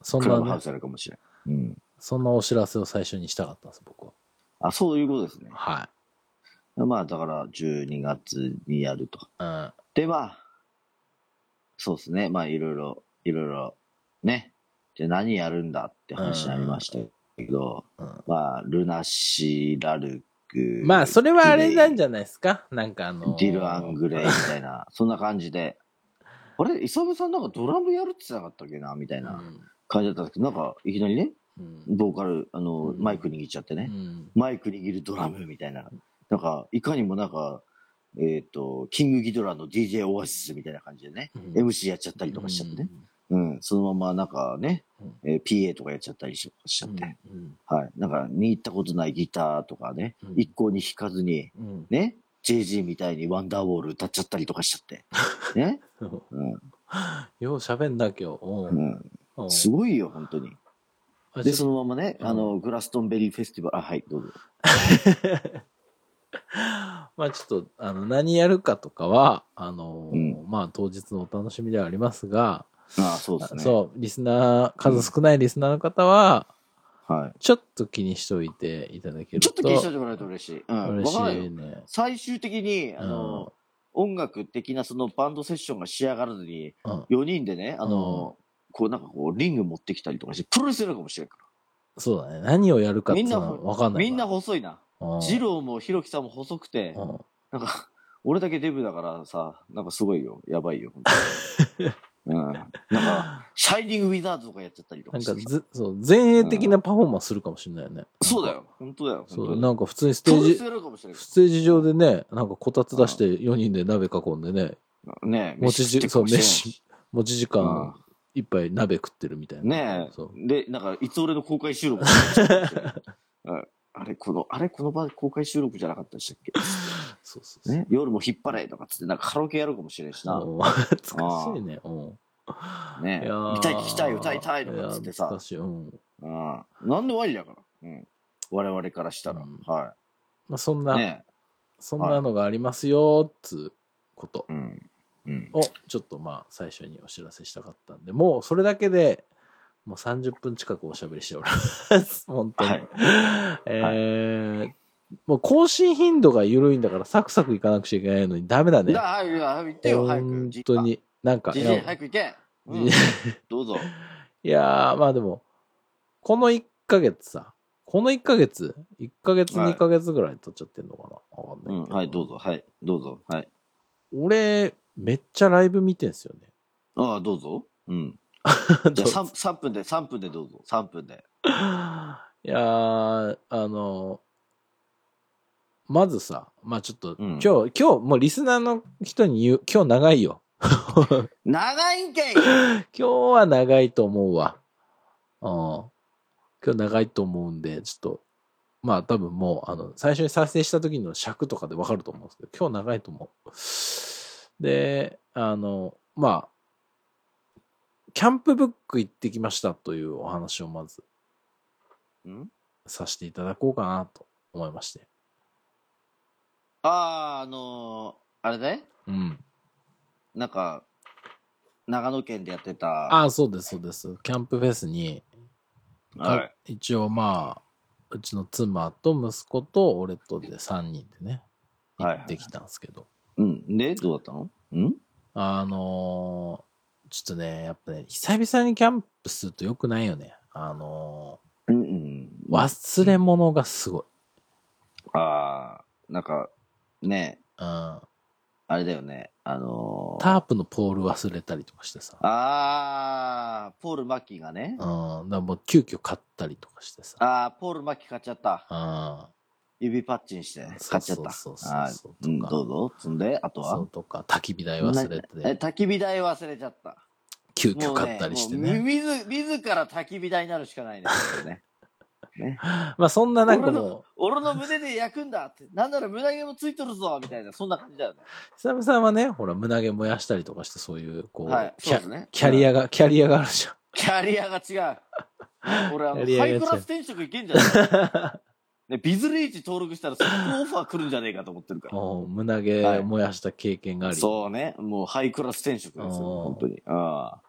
A: そ
B: あ、
A: ん
B: ク
A: な
B: ラブ
A: ね
B: ハウスやるかもしれん。うん。
A: そんなお知らせを最初にしたかったんです、僕は。
B: あ、そういうことですね。
A: は
B: まあ、だから、12月にやると。
A: い。うん。
B: で、まあ、そうですね。まあ、いろいろ、いろいろ、ね。じゃあ何やるんだって話になりましたけど、
A: うん
B: まあ、ルナシラルク。
A: まあ、それはあれなんじ
B: ゃ
A: ゃないですかなんかあのー
B: ディル・アングレイみたいな、そんな感じで。あれ、イサムさんなんかドラムやるって言ってなかったっけなみたいな感じだったんですけど、なんか、いきなりね、
A: うん。
B: ボーカル、あの、
A: うん
B: マイク握っちゃってね
A: う。ん。
B: マイク握るドラムみたいな。なんか、いかにもなんか、えっ、と、キングギドラの DJ オアシスみたいな感じでね、
A: うん
B: MC やっちゃったりとかしちゃってね。うん、そのままなんかね、えー PA とかやっちゃったりしちゃ
A: うん。
B: って。
A: うん。
B: はい。なんか、握ったことないギターとかね
A: うん、
B: 一向に弾かずに、
A: うん。
B: ね、JG みたいにワンダーウォール歌っちゃったりとかしちゃ って。ね。
A: うん
B: うん。
A: よう喋んだ、今日。おう
B: う。
A: おうん
B: すごいよ、本当に。
A: あ
B: で、
A: ち
B: そ
A: ょっ
B: のままね、
A: うん
B: あの、グラストンベリーフェスティバル、あ、はい、どうぞ。
A: とまあ、ちょっと、あの、何やるかとかは、あのー
B: う
A: まあ、当日のお楽しみではありますが、
B: あそうですね。
A: そう、リスナー、数少ないリスナーの方は、
B: は
A: ちょっと気にしておいていただける
B: い。ちょ
A: と。
B: っと気にしといてもらえると嬉しい。うん。
A: 嬉
B: わ
A: し
B: からんよ
A: いね。
B: 最終的に、あの、音楽的なそのバンドセッションが仕上がらずに、
A: うん。
B: 4人でね、あの、こうなんかこう、リング持ってきたりとかして、プロレスやるかもしれんか
A: そうだね。何をやるかっていうの
B: みん
A: は
B: な
A: 分かん
B: ら。
A: ない
B: みんな
A: か
B: 細いな。
A: ら、うん
B: ジローもヒロキさんも細くて、
A: うん
B: なんか、俺だけデブだからさ、なんかすごいよ。やばいよ。本 当にうん。なんか、シャイニングウィザーズとかやっちゃったりと
A: な
B: か
A: ん
B: して
A: かず、そう、前衛的なパフォーマンスするかもしれないよね。
B: そうだよ。本当だよ。
A: そ
B: 本当
A: う、
B: だよ
A: なんか普通にス
B: プ
A: テ
B: ロレ
A: ー
B: ス
A: ジ、
B: やるかもしれんか
A: ステージ上でね、なんかこたつ出して4人で鍋囲んでね、
B: ら。ねえ、
A: 持ち
B: 飯食
A: じ、
B: ってるか
A: そう、
B: もしれんし
A: 飯、持ち時間いっぱい鍋食ってるみたいな。
B: ね
A: そう。
B: え。で、なんか、いつ俺の公開収録もやっちゃったかもしれんうんあれ、この、あれ、この場で公開収録じゃなかったでしたっけ
A: そうそうそう。
B: ね、夜も引っ張れとかっつって、なんかカラオケやるかもしれんしな。
A: うん 懐かしいね。うん。
B: ね
A: いやー
B: 見たい、聞きたい、歌いたいとかっつって
A: いやー
B: さ
A: 懐か。しい。うん。
B: うん。なんで終わりだから。うん。我々からしたら。
A: うん
B: は
A: まあ、そん
B: い。
A: な、
B: ね
A: そんなのがありますよ、つうこと
B: え。うん。うん。
A: を、ちょっとまあ、最初にお知らせしたかったんで、もうそれだけで、もう30分近くおしゃべりしております。 本当に。
B: はい
A: えー、もう更新頻度が緩いんだから、サクサクいかなくちゃいけないのに、ダメだね。
B: だ、早く行ってよ、早く。
A: 本当に。なんか、
B: じ
A: い
B: いじい。じじい、
A: や
B: 早く行け。うん
A: じじい
B: どうぞ。
A: いやー、まあでも、この1ヶ月さ、この1ヶ月、1ヶ月、
B: はい
A: 2ヶ月ぐらい取っちゃってんのかなわかん
B: う
A: ない
B: ん。
A: けど
B: はい、どうぞ。はい。どうぞ。はい。
A: 俺、めっちゃライブ見てんすよね。
B: ああ、どうぞ。うん。じゃあ、3, 3分で、3分でどうぞ。3分で。
A: いやー、あの、まずさ、まあちょっと、
B: うん
A: 今日、今日、もうリスナーの人に言う、今日長いよ。
B: 長いんけい
A: 今日は長いと思うわ。うん。今日長いと思うんで、ちょっと、まあ多分もう、あの、最初に再生した時の尺とかでわかると思うんですけど、今日長いと思う。で、あの、まあ、キャンプブック行ってきましたというお話をまず
B: うん
A: させていただこうかなと思いまして。
B: ああ、あのー、あれだね。
A: うん。
B: なんか、長野県でやってた。
A: ああ、そうです、そうです。キャンプフェスに、
B: はい。
A: 一応まあ、うちの妻と息子と俺とで3人でね、
B: はいはい
A: 行ってきたんですけど。
B: うん。で、どうだったのうん
A: あのーちょっとね、やっぱね、久々にキャンプすると良くないよね。あの
B: うんうん。
A: ー忘れ物がすごい。
B: ああ、なんか、ね、
A: うん。
B: あれだよね。あのー、
A: タープのポール忘れたりとかしてさ。
B: ああ、ポール・マッキーがね
A: うん。だ。からもう急遽買ったりとかしてさ。
B: ああ、ポール・マッキー買っちゃった。
A: うん。
B: 指パッチンして買っちゃった。
A: そうそうそうそう
B: あーうん、
A: とか
B: どうぞ。積んで、あと
A: そう
B: は
A: とか、焚き火台忘れ
B: なえ、
A: て、
B: 焚き火台忘れちゃった。
A: 急遽買ったりして
B: もう
A: ね。
B: もう自自ら焚き火台になるしかないね。こ れね
A: まあそんななんか
B: 俺
A: もう
B: の、俺の胸で焼くんだって。なんなら胸毛もついとるぞみたいな、そんな感じ だよね。
A: 久々はね、ほら、胸毛燃やしたりとかして、そういう、こう、
B: はい。
A: キ
B: そうで
A: ャ
B: すね。
A: キャリアが、キャリアがあるじゃん。
B: キャリアが違 う。俺、あ
A: キャ
B: の、
A: リアが違
B: ハ
A: う
B: イクラス転職いけんじゃないね、ビズリーチ登録したら、そこオファー来るんじゃねえかと思って るから。
A: もう、胸毛燃やした経験があり、
B: そうね。もう、ハイクラス転職ですよ。
A: おー
B: 本当に。あ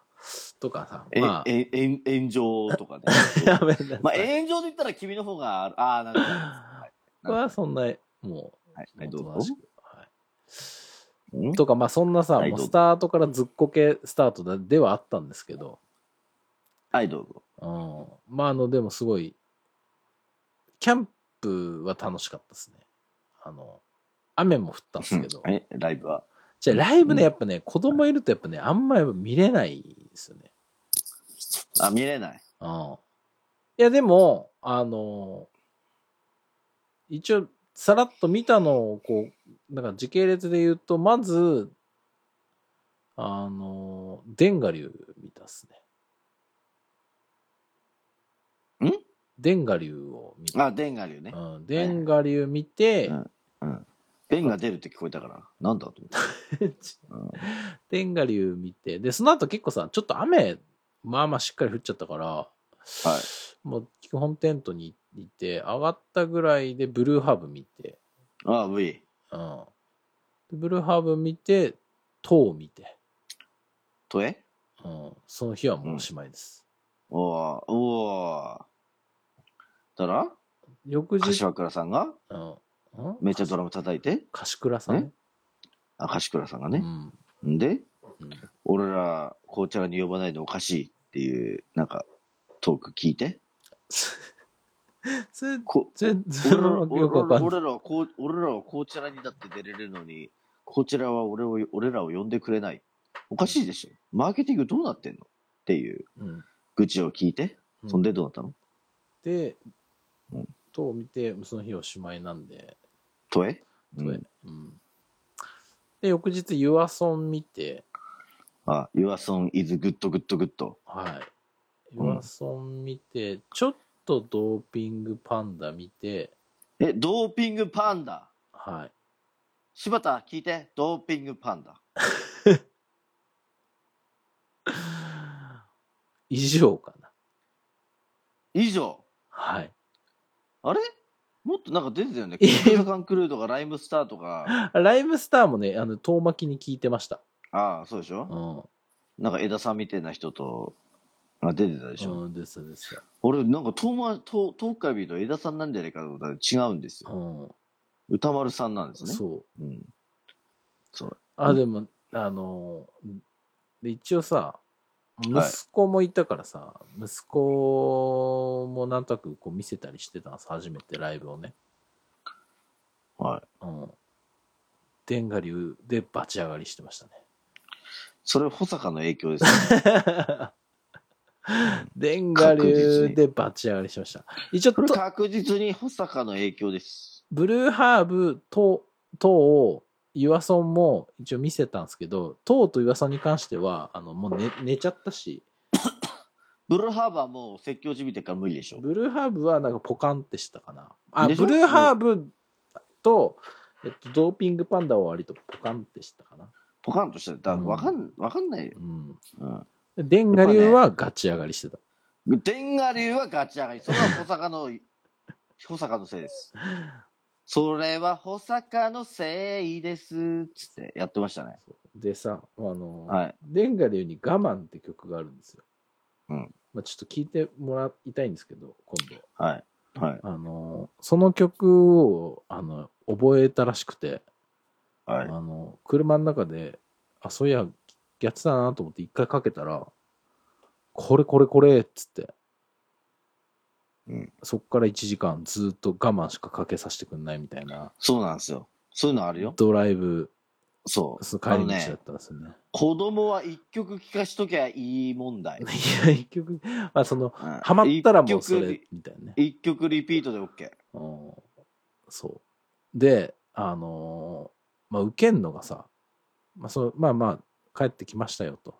A: とかさ、
B: あ、
A: まあ、
B: え、え、え、炎上とかね。
A: やめなさい。
B: まあ、炎上で言ったら君の方がある、ああ、なん か、はい
A: これはそんな、も、
B: はいうはい、
A: お
B: ど
A: と
B: う
A: なし
B: ぞ
A: く。は
B: ん
A: い、とか、まあ、そんなさ、
B: はい
A: もう
B: どうぞ
A: スタートからずっこけスタートだではあったんですけど、
B: はい、どうぞ。
A: うん、まあ、あの、でもすごい、キャンプは楽しかったですね。あの、雨も降ったんですけど、
B: え、ライブは。
A: じゃあライブね、
B: うん
A: やっぱね、子供いるとやっぱね、あんまり見れないですよね。
B: あ、見れない。
A: うん。いや、でも、あの、一応、さらっと見たのを、こう、なんか時系列で言うと、まず、あの、デンガ流見たっすね。
B: ん
A: デンガ流を見た。
B: あ、電があるよね。
A: うん、デンガ流見て、
B: うん電が出るって聞こえたから、なんだと思っ
A: デンガ流見て、で、その後結構さ、ちょっと雨、まあまあしっかり降っちゃったから、もう基本テントにいて、上がったぐらいでブルーハーブ見て、
B: た。はい。あ、V。
A: うん。でブルーハーブ見て、塔を見て、
B: とえ
A: うん。その日はもうおしまいです。
B: おーおーだから
A: 翌日、
B: 柏倉さんが
A: うん。うん
B: めっちゃドラム叩いて、
A: 柏倉さんね
B: あ、柏倉さんが
A: う
B: ね。
A: ん。
B: んで
A: うん、
B: 俺ら、紅茶に呼ばないのおかしい。っていう、なんか、トーク聞いて。
A: それ
B: こ
A: 全
B: 俺
A: 然
B: ら
A: よ
B: 俺
A: くわかん
B: ら
A: ない。
B: 俺らはこう俺らはこちらにだって出れるのに、こちらは俺を俺らを呼んでくれない。おかしいでしょ。マーケティングどうなってんのっていう
A: うん
B: 愚痴を聞いて、
A: う
B: そんでどうなったの
A: で
B: うん、
A: と見て、その日おしまいなんで、
B: とえ
A: そ
B: うん
A: れうんで、翌日、ユアソン見て、
B: あ、Your song is good, good, good.
A: はい。
B: うん
A: ユアソン見て、ちょっとドーピングパンダ見て、
B: え、ドーピングパンダ。
A: はい。
B: 柴田、聞いて、ドーピングパンダ。
A: 以上かな。
B: 以上。
A: はい。
B: あれもっとなんか出てたよね。
A: い
B: キ
A: や
B: ングカンクルーとかライムスターとか。
A: ライムスターもね、あの、遠巻きに聞いてました。
B: ああ、そうでし
A: う
B: ょ
A: ん。
B: なんか江田さんみたいな人と、あ出てたでしょ、
A: うん、ですです。
B: 俺、なんか遠ま、遠、遠くから見ると江田さんなんじゃないかと思ったら違うんです
A: う
B: よ。
A: ん。
B: 歌丸さんなんですね。
A: そう。
B: うん。そう。
A: あ、でも、あの、で一応さ、息子もいたからさ、息子もなんとなくこう見せたりしてたんです、初めてライブをね。
B: はい。
A: うん。天下流でバチ上がりしてました ね。
B: それ、保坂の影響 ですね。
A: 天下流でバチ上がりしました。一応
B: これ
A: と、
B: 確実に保坂の影響です。
A: ブルーハーブと、とを、岩ワソンも一応見せたんですけど、とうと岩ワソンに関しては、あの、もう寝寝ちゃったし、
B: ブルーハーバーも説教じみてるから無理でしょ。
A: ブルーハーブはなんかポカンってしたかな。あ、
B: でしょ
A: ブルーハーブと、えっと、ドーピングパンダは割とポカンってしたかな。
B: ポカンとしたら、だからわかん、わかんないよ。
A: う
B: うん。
A: ん。で、ンガ流はガチ上がりしてた。
B: 天下流はガチ上がり。それは保坂の、保坂のせいです。それは保坂のせいです。つってやってましたね。
A: でさ、あの、
B: はい
A: レンガ流に「我慢」って曲があるんですよ。
B: うん
A: まあ、ちょっと聞いてもらいたいんですけど、今度。
B: はい。はい。
A: あの、その曲を、あの、覚えたらしくて、
B: は
A: あ
B: い。
A: の、車の中で、あ、そういや、やってたなと思って一回かけたら、これこれこれっつって、
B: うん
A: そっから1時間ずっと我慢しかかけさせてくんないみたいな、
B: そうなんですよ。そういうのあるよ。
A: ドライブ、
B: そう。
A: その
B: あ
A: 帰
B: の
A: り道だ
B: ね
A: っ、たんですよね。
B: 子供は一曲聴かしときゃいい問題。
A: いや、一曲、まあその、
B: うん
A: ハマったらもうそ
B: 一曲
A: れ
B: リ、
A: みたいなね。
B: 一曲リピートで OK。
A: うんそう。で、あのーまあ、受けんのがさ、まあ、そのまあまあ、帰ってきましたよと。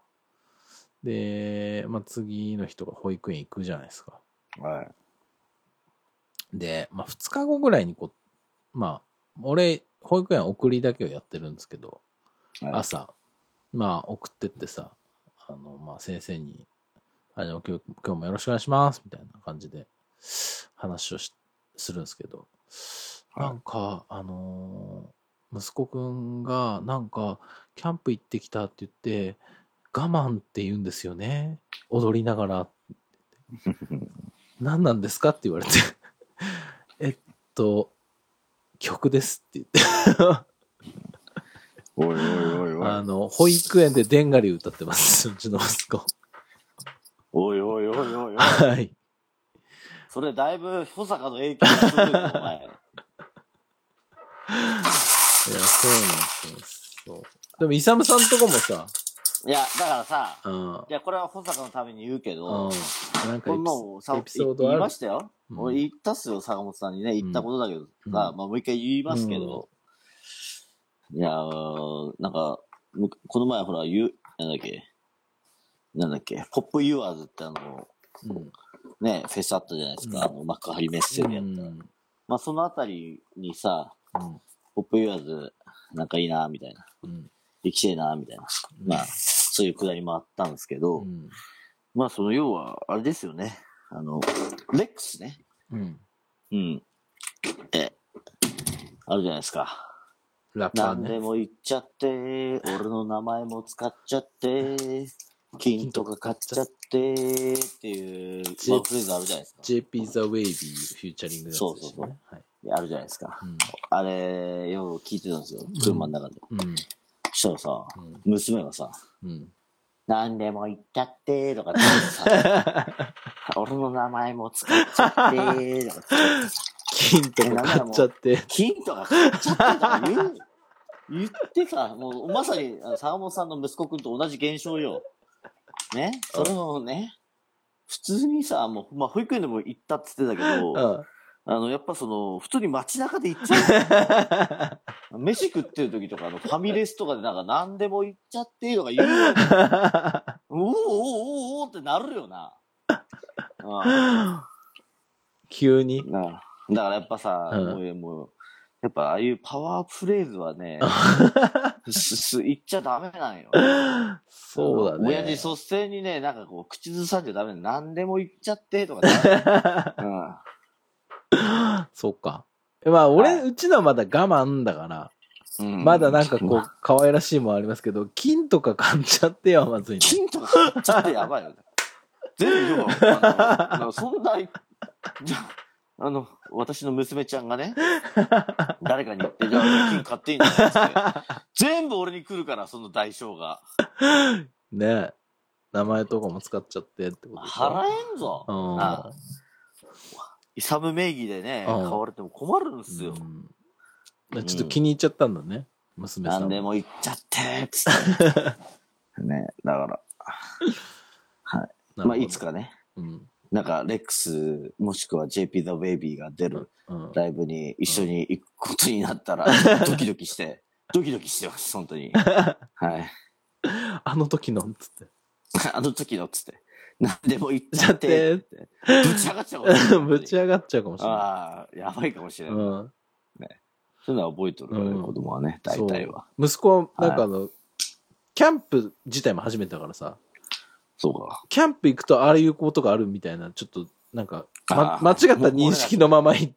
A: で、まあ、次の人が保育園行くじゃないですか。
B: はい。
A: で、まあ、2日後ぐらいにこう、まあ、俺、保育園送りだけをやってるんですけど、
B: はい
A: 朝、まあ、送ってってさ、あの、まあ、先生に、あの、今日今日もよろしくお願いします、みたいな感じで、話をしするんですけど、
B: はい
A: なんか、あのー息子くんが、なんか、キャンプ行ってきたって言って、我慢って言うんですよね。踊りなが ら。何なんですかって言われて。えっと、曲ですって言って。
B: おいおいおいおい。
A: あの、保育園でデンガリ歌ってます、うちの息子。
B: おいおいおいおいおい。
A: はい。
B: それだいぶ保坂の影響がすごいな お前。
A: いや、そうなんですよ。そう。でも、イサムさんとこもさ、
B: いや、だからさ、
A: うん
B: い。や、これは保坂のために言うけ
A: う
B: ど
A: ん、。なんか
B: これ
A: エピ
B: もうさ、
A: エピソー
B: い
A: ド
B: 言い
A: あ
B: ま
A: る。
B: したよ。
A: うん
B: 俺言ったっすよ、坂本さんにね、言ったことだけどさ、
A: うん
B: まあもう一回言いますけど、いやー、なんか、むこの前ほら、ゆ、なんだっけ、なんだっけ、ポップユアーズってあの、
A: うん。ね
B: ね、フェスあったじゃないですか、
A: うん
B: あの幕張メッセでやった。まあそのあたりにさ、
A: うん。
B: ポップユアーズ、なんかいいな、みたいな。
A: うん。
B: 行きてえな、みたいな。まあ、そういうくだりもあったんですけど、
A: うん。
B: まあ、その要は、あれですよね。あの、レックスね。
A: うん。
B: うん。え、あるじゃないですか。
A: ラッパー
B: 何で
A: ね。
B: も言っちゃって、俺の名前も使っちゃって、金とか買っちゃって、っていう、まあ、フレーズあるじゃないですか。
A: JP The Wavy フューチャリングのやつでしたね
B: そうそうそう
A: はい。
B: あるじゃないですか。あれ、よく聞いてたんですよ。車の中で。
A: うん。
B: そしたらさ、
A: うん。
B: 娘がさ、
A: うん。うん。
B: 何でも言っちゃってとかってさ、俺の名前も使っちゃってとかってさ、
A: 金とか買っちゃって。
B: 金とか買っちゃってとか言う、言ってさ、もうまさにあの坂本さんの息子くんと同じ現象よ。ね、それもね、普通にさ、もう、まあ、保育園でも行ったって言ってたけど、
A: うん。
B: あの、やっぱその、普通に街中で行っちゃう。 飯食ってる時とか、あの、ファミレスとかでなんか何でも行っちゃってとか言うよ。 おおおおおおってなるよな。あ
A: 急に。
B: なあだからやっぱさ、
A: うん
B: もうもう、やっぱああいうパワーフレーズ はね、すす言っちゃダメなんよ。
A: そうだね。
B: 親父率先にね、なんかこう、口ずさんじゃダメなの何でも言っちゃってとかな る、うん。
A: そうか。まあ、俺、
B: は
A: うちのはまだ我慢だから、
B: うん
A: まだなんかこう、可愛らしいもんありますけど、金とか買っちゃってはまずいね。
B: 金とか買っちゃってやばいよね。全部よ、 あの、そんな、じゃあの、私の娘ちゃんがね、誰かに言って、じゃあ金買っていいのっつって。全部俺に来るから、その代償が。
A: ねえ名前とかも使っちゃってってことでしょ
B: 払えんぞ。
A: うん
B: なあイサム名義でね、
A: う
B: 買
A: ん
B: われても困るんですよ
A: う。んまあちょっと気に入っちゃったんだね、娘さん
B: 何
A: も
B: でも言っちゃって、つって。ね、だ
A: な
B: から、
A: るほど
B: まあ、いつかね、
A: うん
B: なんか、レックス、もしくは JP the Baby が出る
A: うん
B: ライブに一緒に行くことになったら、ドキドキして、ドキドキしてます、本 当に。はい。
A: あの時のっつって
B: あの時のっつって、何でも言っち
A: ちゃ
B: ゃ
A: っ
B: って、
A: て
B: ぶち上がっちゃうかもしれな い。
A: ぶち上がっちゃうかもしれな
B: ああ、やばいかもしれ
A: い、
B: ない。
A: うん、
B: そういうのは覚えとるからね、
A: うん
B: 子供はね、大体は。
A: 息子はなんかあの、キャンプ自体も初めてだからさ
B: そうか。
A: キャンプ行くとああいうことがあるみたいなちょっとなんか、ま
B: あ、ー
A: 間違った認識のままい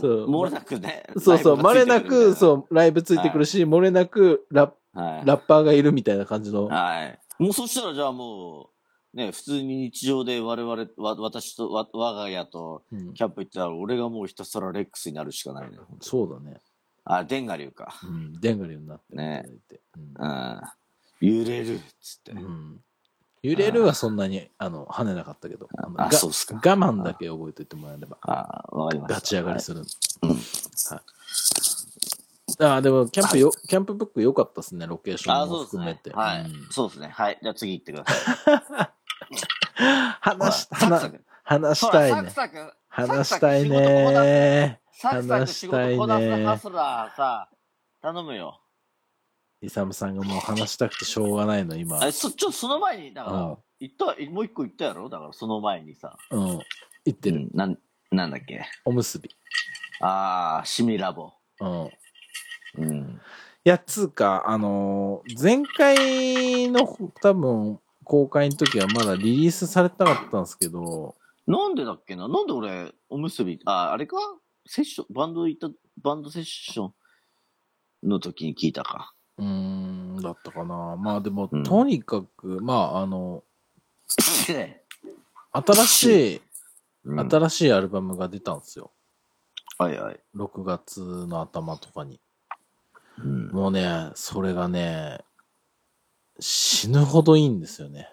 A: そう
B: 漏れなくね。
A: そうそうまれなく
B: う。
A: そうライブついてくるし、漏れなくラ
B: はい。
A: ラッパーがいるみたいな感じの
B: はい。もうそしたらじゃあもう、ね、普通に日常で我々、わ私と、わ我が家と
A: うん
B: キャンプ行ったら、俺がもうひたすらレックスになるしかないね。
A: そうだね。
B: あ、デンガ流か。
A: うん。でんがりになっていただいて。
B: うん。揺れるっつって
A: うん。。うん揺れるはそんなに、あの、跳ねなかったけど。あの
B: あ、
A: が
B: そうっすか。
A: 我慢だけ覚えておいてもらえれば、
B: あ、わかりました。
A: 立ち上がりする。
B: うん
A: はい。ああ、でも、キャンプよ、キャンプブック良かったですね、ロケーシ
B: はい。
A: ョ
B: あ、
A: ン
B: そ
A: も
B: うです
A: 含め
B: ね
A: て。。
B: は
A: う
B: い
A: ん。
B: そうですね。はい。じゃあ次行ってください。
A: 話し、
B: ほら
A: 話、話
B: ほ
A: した
B: らサ
A: い
B: ク
A: ね。
B: サク
A: 話したい。ね。
B: サクサク仕事こなす
A: 話したいね
B: ハスラーさ、頼むよ。
A: イサムさんがもう話したくてしょうがないの、今。
B: あ、そ、ちょ、その前に、だから、
A: うん。
B: 言った、もう一個言ったやろだからその前にさ。
A: うん。言ってる。
B: うんなん、なんだっけ。
A: おむすび。
B: ああ、シミラボ。
A: うん。
B: うん。
A: いや、つうか、あのー前回の多分公開の時はまだリリースされてなかったんですけど、
B: なんでだっけななんで俺、おむすび、ああ、あれかセッション、バンド行った、バンドセッションの時に聞いたか。
A: うーん、だったかな。まあでも、
B: うん
A: とにかく、まあ、あの、新しい、
B: うん
A: 新しいアルバムが出たんですよ。
B: はいはい。
A: 6月の頭とかに。
B: うん
A: もうね、それがね、死ぬほどいいんですよね。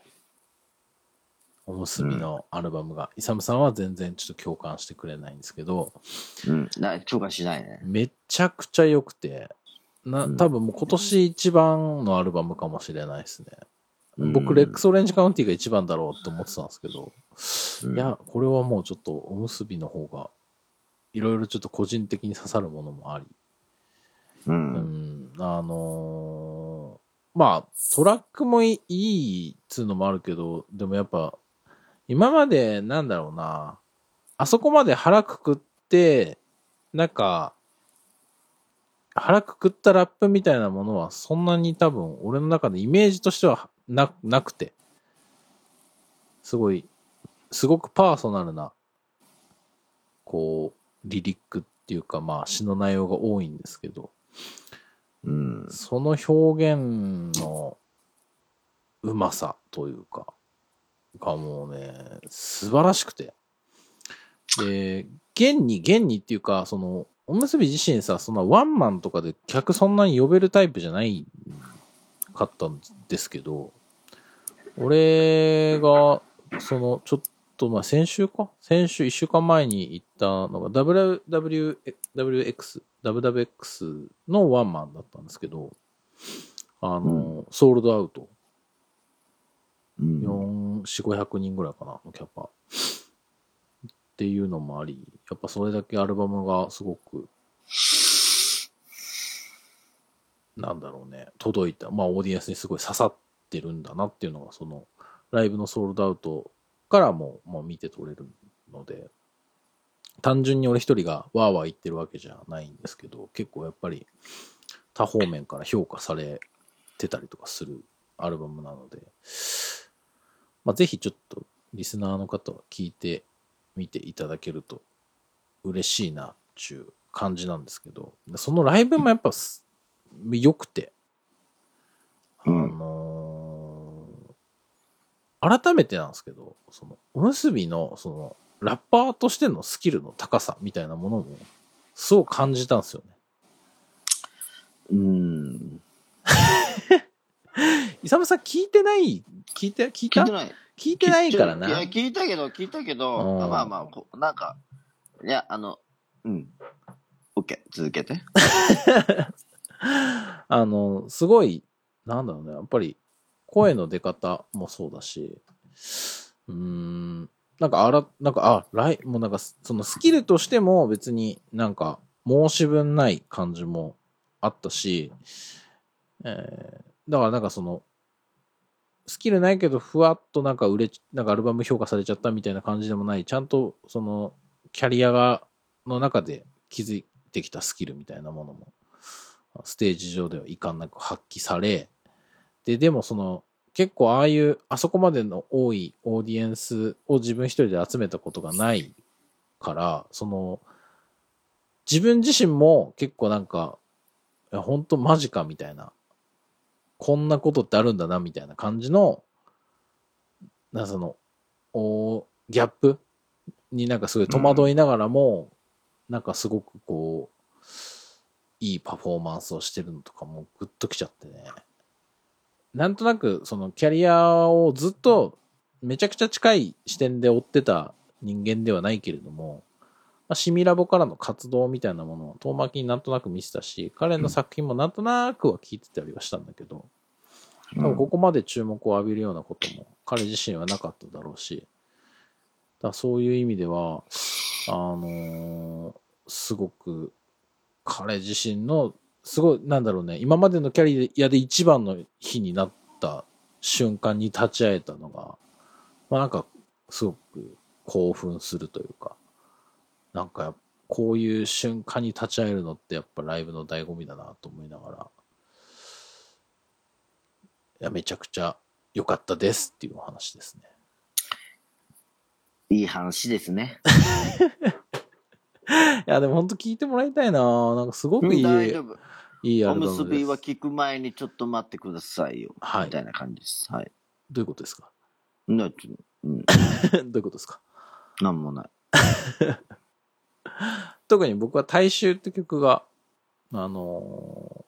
A: おむすびのアルバムが。イサムさんは全然ちょっと共感してくれないんですけど、
B: うん。な、許可しないね。
A: めちゃくちゃ良くて、な、
B: うん
A: 多分もう今年一番のアルバムかもしれないですね。僕、
B: うん
A: レックス・オレンジ・カウンティが一番だろうと思ってたんですけど、
B: うん
A: いや、これはもうちょっとおむすびの方が、いろいろちょっと個人的に刺さるものもあり、
B: う。
A: うんん、あのーまあ、トラックもいいっつうのもあるけど、でもやっぱ、今までなんだろうな、あそこまで腹くくって、なんか、腹くくったラップみたいなものはそんなに多分俺の中でイメージとしてはななくて、すごい、すごくパーソナルな、こう、リリックっていうかまあ詩の内容が多いんですけど、
B: うん。
A: その表現のうまさというか、がもうね、素晴らしくて。で、現に、現にっていうか、その、おむすび自身さ、そんなワンマンとかで客そんなに呼べるタイプじゃないかったんですけど、俺が、その、ちょっと、まあ、先週か先週、一週間前に行ったのが、WWX、WWX のワンマンだったんですけど、あの、ソールドアウト。
B: うん。
A: 4、4、500人ぐらいかな、のキャパ。っていうのもあり、やっぱそれだけアルバムがすごく、なんだろうね、届いた、まあオーディエンスにすごい刺さってるんだなっていうのが、その、ライブのソールドアウトからも、もう見て取れるので、単純に俺一人がわーわー言ってるわけじゃないんですけど、結構やっぱり多方面から評価されてたりとかするアルバムなので、まあ、ぜひちょっとリスナーの方は聞いてみていただけると嬉しいなっていう感じなんですけど、そのライブもやっぱす良くて、
B: う
A: あ
B: ん。
A: のー改めてなんですけど、その、おむすびの、その、ラッパーとしてのスキルの高さみたいなものも、そう感じたんですよね。
B: うん。
A: イサムさん聞いてない聞いて、聞い
B: 聞
A: た
B: い
A: 聞
B: て
A: い
B: ない。
A: てないからな。
B: いや、聞いたけど、聞いたけど、
A: うん
B: まあまあこう、なんか、いや、あの、うん。オッケー、続けて。
A: あの、すごい、なんだろうね、やっぱり、声の出方もそうだし、うーん、なんか、あら、なんか、あ、来、もうなんか、そのスキルとしても別になんか、申し分ない感じもあったし、えー、だからなんかその、スキルないけど、ふわっとなんか売れち、なんかアルバム評価されちゃったみたいな感じでもない、ちゃんとその、キャリアが、の中で気づいてきたスキルみたいなものもステージ上では遺憾なく発揮され、で、でもその、結構ああいう、あそこまでの多いオーディエンスを自分一人で集めたことがないから、その、自分自身も結構なんか、いや本当マジかみたいな、こんなことってあるんだなみたいな感じの、なんかその、おギャップになんかすごい戸惑いながらも、なんかすごくこう、いいパフォーマンスをしてるのとかもグッときちゃってね。なんとなく、そのキャリアをずっとめちゃくちゃ近い視点で追ってた人間ではないけれども、まあ、シミラボからの活動みたいなものを遠巻きになんとなく見てたし、彼の作品もなんとなくは聞いてたりはしたんだけど、多分ここまで注目を浴びるようなことも彼自身はなかっただろうし、だからそういう意味では、あのーすごく彼自身の、すごい、なんだろうね、今までのキャリアで一番の日になった瞬間に立ち会えたのが、まあなんか、すごく興奮するというか、なんか、こういう瞬間に立ち会えるのってやっぱライブの醍醐味だなと思いながら、いや、めちゃくちゃ良かったですっていうお話ですね。
B: いい話ですね。
A: いや、でも本当聞いてもらいたいななんかすごくいい、
B: 大丈夫。
A: いいア
B: お
A: ル
B: む
A: バ
B: す
A: ムで
B: びは
A: す。
B: 聞く前にちょっと待ってくださいよ。
A: はい
B: みたいな感じです。はい。
A: どういうことですか
B: なちょうん、
A: どういうことですか
B: なんもない。
A: 特に僕は大衆って曲が、あのー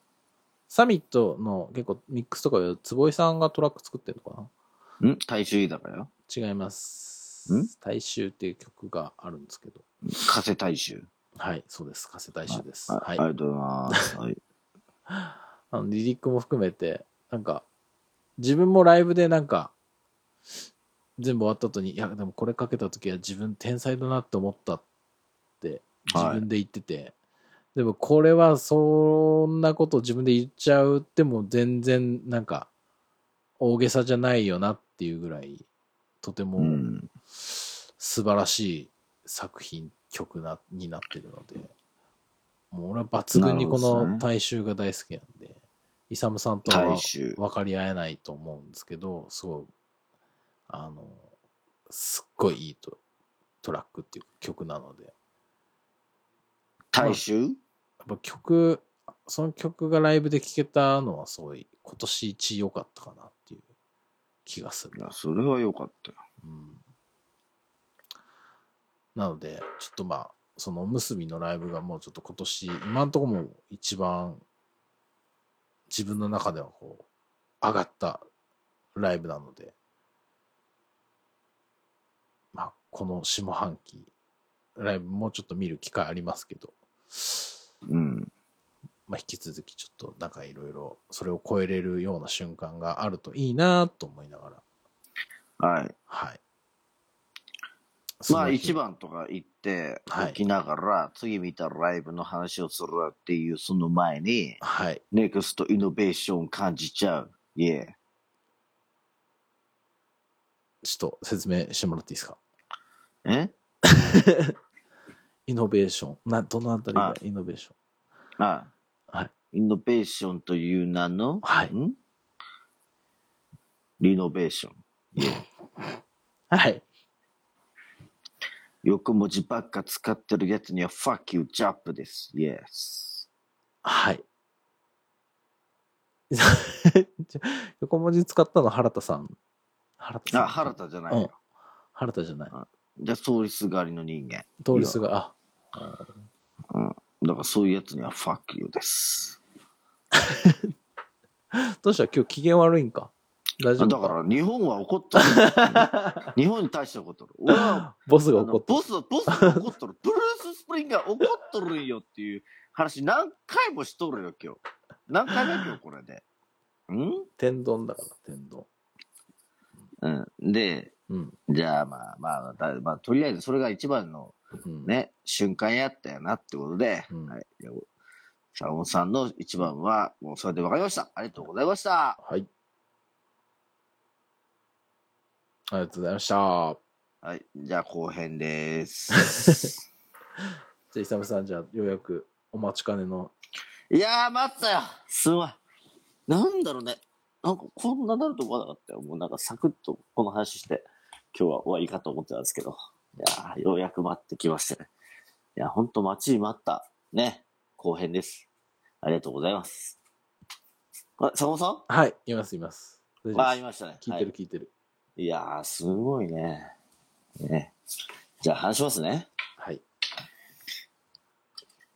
A: サミットの結構ミックスとかで坪井さんがトラック作ってるのか
B: ん大衆居酒屋
A: な違います
B: ん。
A: 大衆っていう曲があるんですけど。
B: 加瀬大衆。
A: はい、そうです。加瀬大衆です。
B: あ
A: は
B: あり
A: い。
B: がとうございます。 はい。
A: あの、リリックも含めて、なんか、自分もライブでなんか、全部終わった後に、いや、でもこれかけた時は自分天才だなって思ったって、自分で言ってて、でもこれはそんなこと自分で言っちゃうっても全然なんか、大げさじゃないよなっていうぐらい、とて
B: う
A: も
B: ん。
A: 素晴らしい作品、曲な、になってるので、もう俺は抜群にこ
B: なるほど
A: の
B: ね
A: 大衆が大好きなんで、イサムさんとは
B: 大衆。
A: 分かり合えないと思うんですけど、すごい、あの、すっごいいいとトラックっていう曲なので、や
B: 大衆
A: っぱ曲、その曲がライブで聴けたのはすごい、今年一良かったかなっていう気がする
B: い。や、それは良かったよ。
A: うんなので、ちょっとまあ、そのおむすびのライブがもうちょっと今年、今のところもう一番自分の中ではこう、上がったライブなので、この下半期、来もうちょっと見る機会ありますけど、
B: うん。
A: まあ、引き続きちょっとなんかいろいろそれを超えれるような瞬間があるといいなと思いながら、
B: はい。
A: はい。
B: まあ一
A: 一番
B: 番とか行って、
A: はい
B: 行きながら、次見たライブの話をするっていうその前に、
A: はい。
B: ネクストイノベーション感じちゃう。いえ。
A: ちょっと説明してもらっていいですか
B: え
A: イノベーション。な、どのあたりが
B: は
A: イノベーション
B: ああ
A: はい
B: イノベーションという名の、
A: はい
B: んリノベーション。
A: はい。
B: 横文字ばっか使ってるやつには Fuck you, ジャップです。Yes。
A: はい。 横文字使ったの原田さん。原田さん。
B: あ、原田じゃない
A: うん
B: よ。。
A: 原田じゃない。
B: じゃあ、通りすがりの人間。
A: 通りすが、
B: だからそういうやつには Fuck you です。
A: あ、どうした今日機嫌悪いんか大丈
B: あ
A: 夫
B: だから日本は怒ってる。日本に対して怒ってる。俺は
A: ボス
B: あ
A: が
B: の
A: 怒って
B: ボス、ボスが怒っとる。ブルース・スプリンガー怒っとるんよっていう話何回もしとるよ、今日。何回目今日これで。ん
A: 天丼だから、天丼。
B: うん。で、
A: うん。
B: じゃあまあまあ、だまあ、とりあえずそれが一番の
A: うん、。
B: ね、瞬間やったよなってことで、
A: うん
B: はい。じゃあ坂本さんの一番は、もうそれで分かりました。ありがとうございました。
A: はい。ありがとうございました。じゃ
B: はい。じゃあ後 編です。
A: あ、イサムさん、じゃあ、ようやくお待ちかねの。
B: いやー、待ったよ。すごい。なんだろうね。なんか、こんななると思わなかったよ。もうなんか、サクッとこの話して、今日は終わりかと思ってたんですけど。いやー、ようやく待ってきましたね。いや、ほんと待ちに待った。ね。後編です。ありがとうございます。あ、坂本さん
A: はい、います、います。大丈
B: あ、
A: 夫
B: い
A: で
B: ましたね。
A: す。聞いてる、聞いてる。
B: はい、いやー、すごいね。ね。じゃあ、話しますね。
A: はい。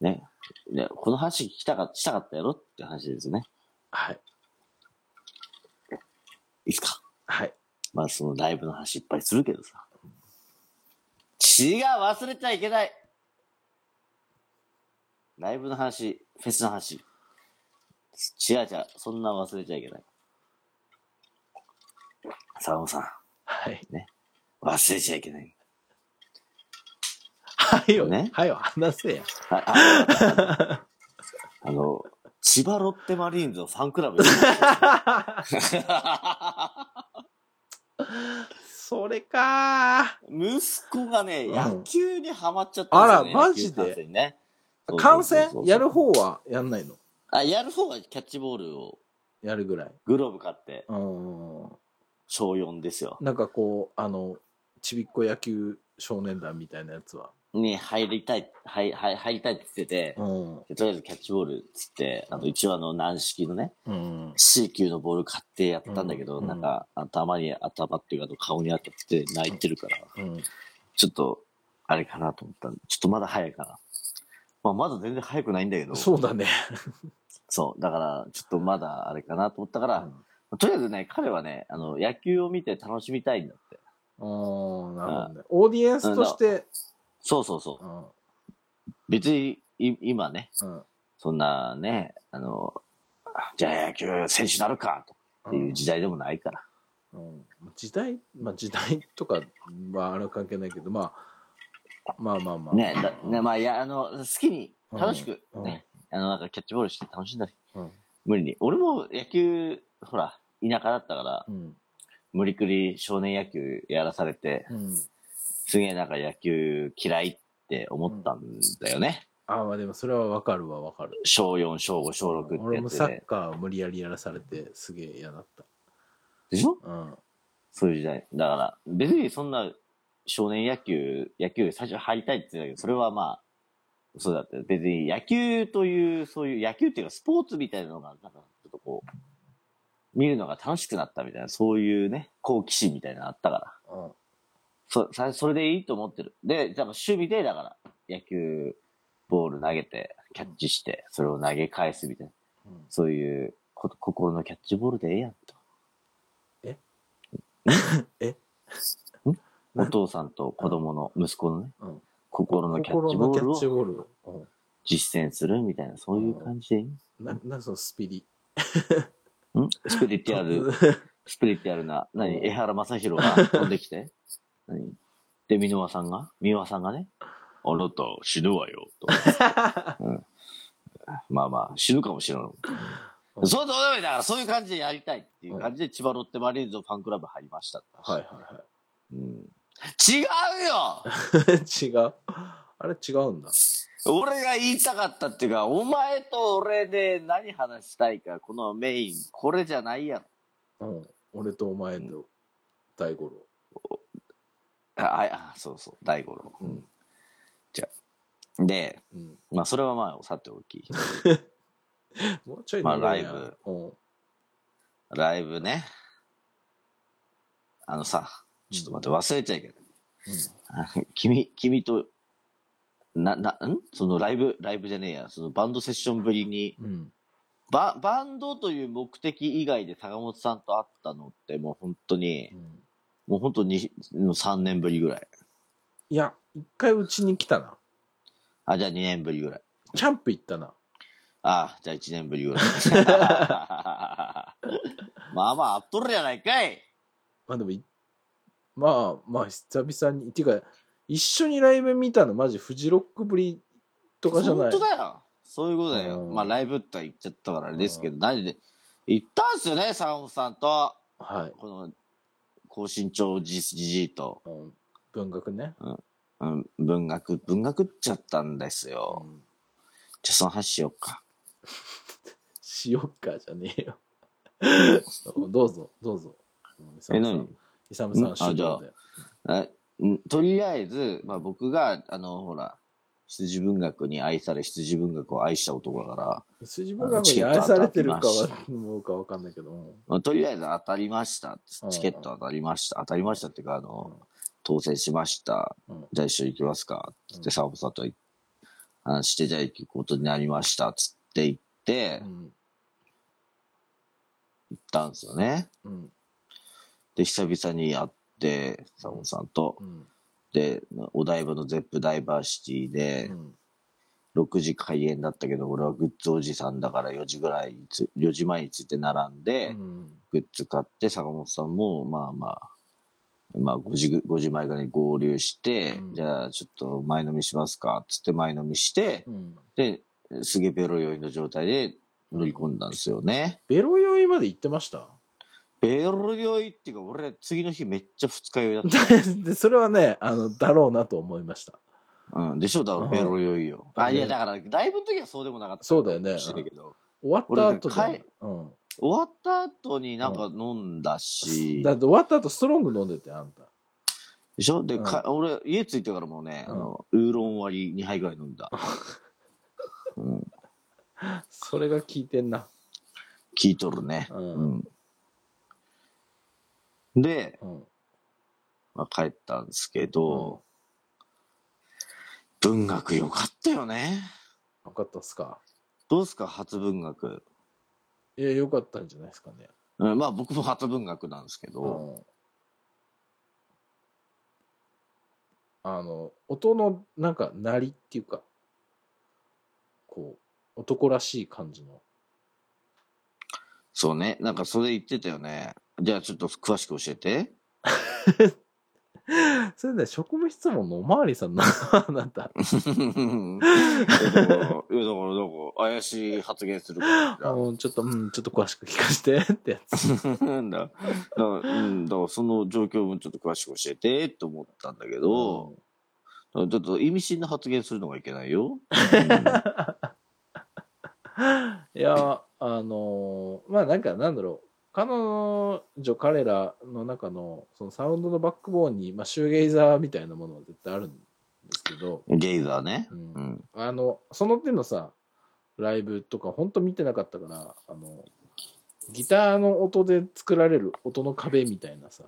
B: ね。ねこの話聞きたか、したかったやろって話ですね。
A: はい。
B: いいっすか
A: はい。
B: まあそのライブの話いっぱいするけどさ。違う忘れちゃいけないライブの話、フェスの話。違う違う、そんな忘れちゃいけない。坂本さん、
A: はい。
B: 忘れちゃいけない。
A: はいよ、
B: ね
A: はいよ、話せや。
B: あ、あああの、千葉ロッテマリーンズのファンクラブ。
A: それかー。
B: 息子がね、
A: うん
B: 野球にハマっちゃったんですよね、
A: あらマジで
B: 野球観戦ねそ
A: 観
B: うそうそうそう
A: 戦やる方はやんないの
B: あ、やる方がキャッチボールを、
A: やるぐらい。
B: グローブ買って、
A: うーん。
B: 小4ですよ。
A: なんかこう、あの、ちびっこ野球少年団みたいなやつは。
B: に入りたい、はい、はい、入りたいって言ってて、
A: うん。
B: でとりあえずキャッチボールっつって、あの、一応あの、軟式のね、
A: うん。
B: C 級のボール買ってやったんだけど、
A: うん
B: なんか、頭に、頭っていうか、あの顔に当たって泣いてるから、
A: うん。
B: ちょっと、あれかなと思ったんで、ちょっとまだ早いかな。まあ、まだ全然早くないんだけど、
A: そうだね。
B: そう。だから、ちょっとまだあれかなと思ったから、とりあえずね、彼はね、あの、野球を見て楽しみたいんだって。
A: うん。なるほどね。オーディエンスとして、
B: そうそうそう
A: う。ん。
B: 別に、い今ね、
A: うん。
B: そんなね、あの、じゃあ野球選手になるかという時代でもないから。
A: うん時代、まあ時代とかはあれは関係ないけど、まあ、まあまあまあ。
B: ね、だねまあ、いや、あの、好きに、楽しく、
A: うん
B: ね、あの、なんかキャッチボールして楽しんだり、
A: うん。
B: 無理に。俺も野球、ほら、田舎だったから、
A: うん。
B: 無理くり少年野球やらされて、
A: うん。
B: すげえなんか野球嫌いって思ったんだよね。
A: ああ、まあでもそれはわかるわ、わかる。
B: 小4、小5、小6って
A: 俺
B: や
A: も
B: つ
A: サ
B: で、
A: ッカーを無理やりやらされて、すげえ嫌だった。
B: でしょ
A: うん。
B: そういう時代。だから、別にそんな少年野球、野球最初入りたいって言ってたけど、それはまあ、嘘だって。別に野球という、そういう野球っていうかスポーツみたいなのが、なんかちょっとこう、見るのが楽しくなったみたいな、そういうね、好奇心みたいなのあったから。
A: うん。
B: そ、さそれでいいと思ってる。で、だから守備で、だから、野球、ボール投げて、キャッチして、それを投げ返すみたい
A: う
B: な。
A: ん
B: そういうこと、心のキャッチボールでええやんと。
A: え
B: ん
A: え
B: んお父さんと子供の、息子のね、
A: うん
B: 心のキャッ
A: 心
B: チ
A: の
B: ボ
A: キャッ
B: ー
A: チ
B: ルを
A: ボールを。
B: 実践するみたいな、そういう感じでいい
A: うん、ななんかそのスピリ。
B: んスピリティアル、スピリティアルな、
A: うん
B: 何江原正宏が飛んできて 何で、箕輪さんが箕輪さんがね、あなた死ぬわよ、 と。うんまあまあ、死ぬかもしれない。
A: うん
B: そうそうだよだからそういう感じでやりたいっていう感じで千葉ロッテマリーンズのファンクラブ入りました。
A: はいはい はい。
B: うん、違うよ
A: 違う。あれ違うんだ。
B: 俺が言いたかったっていうか、お前と俺で何話したいか、このメイン、これじゃないやろ。
A: うん。俺とお前の大五郎。
B: あ、ああそうそう、大五郎。
A: うん。
B: で、
A: うん。
B: まあそれはまあさておき、
A: もうちょい
B: まあ
A: 長いな
B: ライ
A: うん。
B: ライブね。あのさ、ちょっと待って、忘れちゃいけない。君、君と、な、な、んそのライブ、ライブじゃねえや、そのバンドセッションぶりに、
A: うん。うん。
B: バ、バンドという目的以外で坂本さんと会ったのってもう本当に
A: う、ん
B: もう本当に3年ぶりぐらい。
A: いや、一回うちに来たな。
B: あ、じゃあ2年ぶりぐらい。
A: キャンプ行ったな。
B: あじゃあ1年ぶりぐらい。 まあまあ、あっとるやないかい。
A: まあでもい、まあまあ久々に、ていうか、一緒にライブ見たのマジフジロックぶりとかじゃな
B: 本
A: い
B: 当だよ。そういうことだよ。
A: うん
B: まあ、ライブって言っちゃったからあれですけど、何で、行ったんすよね、坂本さんと。
A: はい。
B: この、高身長じじじいと、
A: うん、文学ね。
B: うん、文学、文学っちゃったんですよ。
A: うん
B: じゃあその話しようか。
A: しよっかじゃね えよ。どうぞ、どうぞ。
B: え、何
A: イサムさん、イ
B: ん
A: サムさん主導で。
B: あんとりあえず、まあ僕が、あの、ほら、羊文学に愛され、羊文学を愛した男だから、
A: 筋文学に愛されてるかは、もうかわかんないけども。
B: まあとりあえず当たりました。
A: うん
B: チケット当たりました。当たりましたっていうか、あの、当選しました。
A: うん
B: じゃあ一緒に行きますか。つっ
A: う
B: て、サボさんと話して、じゃあ行くことになりました。つって行って
A: う、ん。
B: 行ったんですよね。
A: うん。
B: で、久々に会って、サボさんと
A: う。ん。
B: で、お台場のゼップダイバーシティ
A: う
B: で、
A: ん。
B: 6時開演だったけど、俺はグッズおじさんだから4時ぐらいにつ、4時前について並ん
A: う
B: で、
A: ん。
B: グッズ買って、坂本さんも、まあまあ、まあ5時ぐ、5時前ぐらいに合流して、
A: うん
B: じゃあちょっと前飲みしますか、つって前飲みして、
A: うん。
B: で、すげえベロ酔いの状態で乗り込んだんですよね。
A: ベロ酔いまで行ってました
B: ベロ酔いっていうか、俺次の日めっちゃ二日酔い だった。
A: でそれはね、あの、だろうなと思いました。
B: うん、でしょだからベロ酔いよ。
A: うん
B: あ、いや、だから、ライブの時はそうでもなかった。
A: そうだよね
B: かもしれないけど。
A: 終わった後
B: 俺ね
A: で。うん。
B: 終わった後になんか飲んだし、
A: だって終わった後、ストロング飲んでて、あんた。
B: でしょで、か俺、家着いてからもうね、
A: うん
B: あのウーロン割り2杯ぐらい飲ん だ。うん、効
A: それが効いてんな。
B: いとるね。
A: うん
B: うん。で、
A: うん。
B: まあ、帰ったんですけど、文学よかったよね。
A: 分かったっすか
B: どうすか、初文学。
A: いや、良かったんじゃないですかね。
B: うん、まあ、僕も初文学なんですけ
A: うん
B: ど、
A: あの、音の、なんか、鳴りっていうか、こう、男らしい感じの。
B: そうね、なんかそれ言ってたよね。じゃあ、ちょっと詳しく教えて。
A: それね、職務質問の おまわりさんな、あなた。
B: うんいやだから、いやだから、なんか怪しい発言するから
A: あのちょっと、うん、ちょっと詳しく聞かせて、ってやつ。
B: なんだ。だから、うん、だからその状況もちょっと詳しく教えて、と思ったんだけど、だからちょっと意味深な発言するのがいけないよ。
A: いや、あのまあなんかなんだろう。彼女、彼らの中の、そのサウンドのバックボーンに、まあ、シューゲイザーみたいなものは絶対あるんですけど、
B: うんゲイザーね。
A: う
B: うんん。
A: あの、その手のさ、ライブとか、本当見てなかったから、あの、ギターの音で作られる音の壁みたいなさ、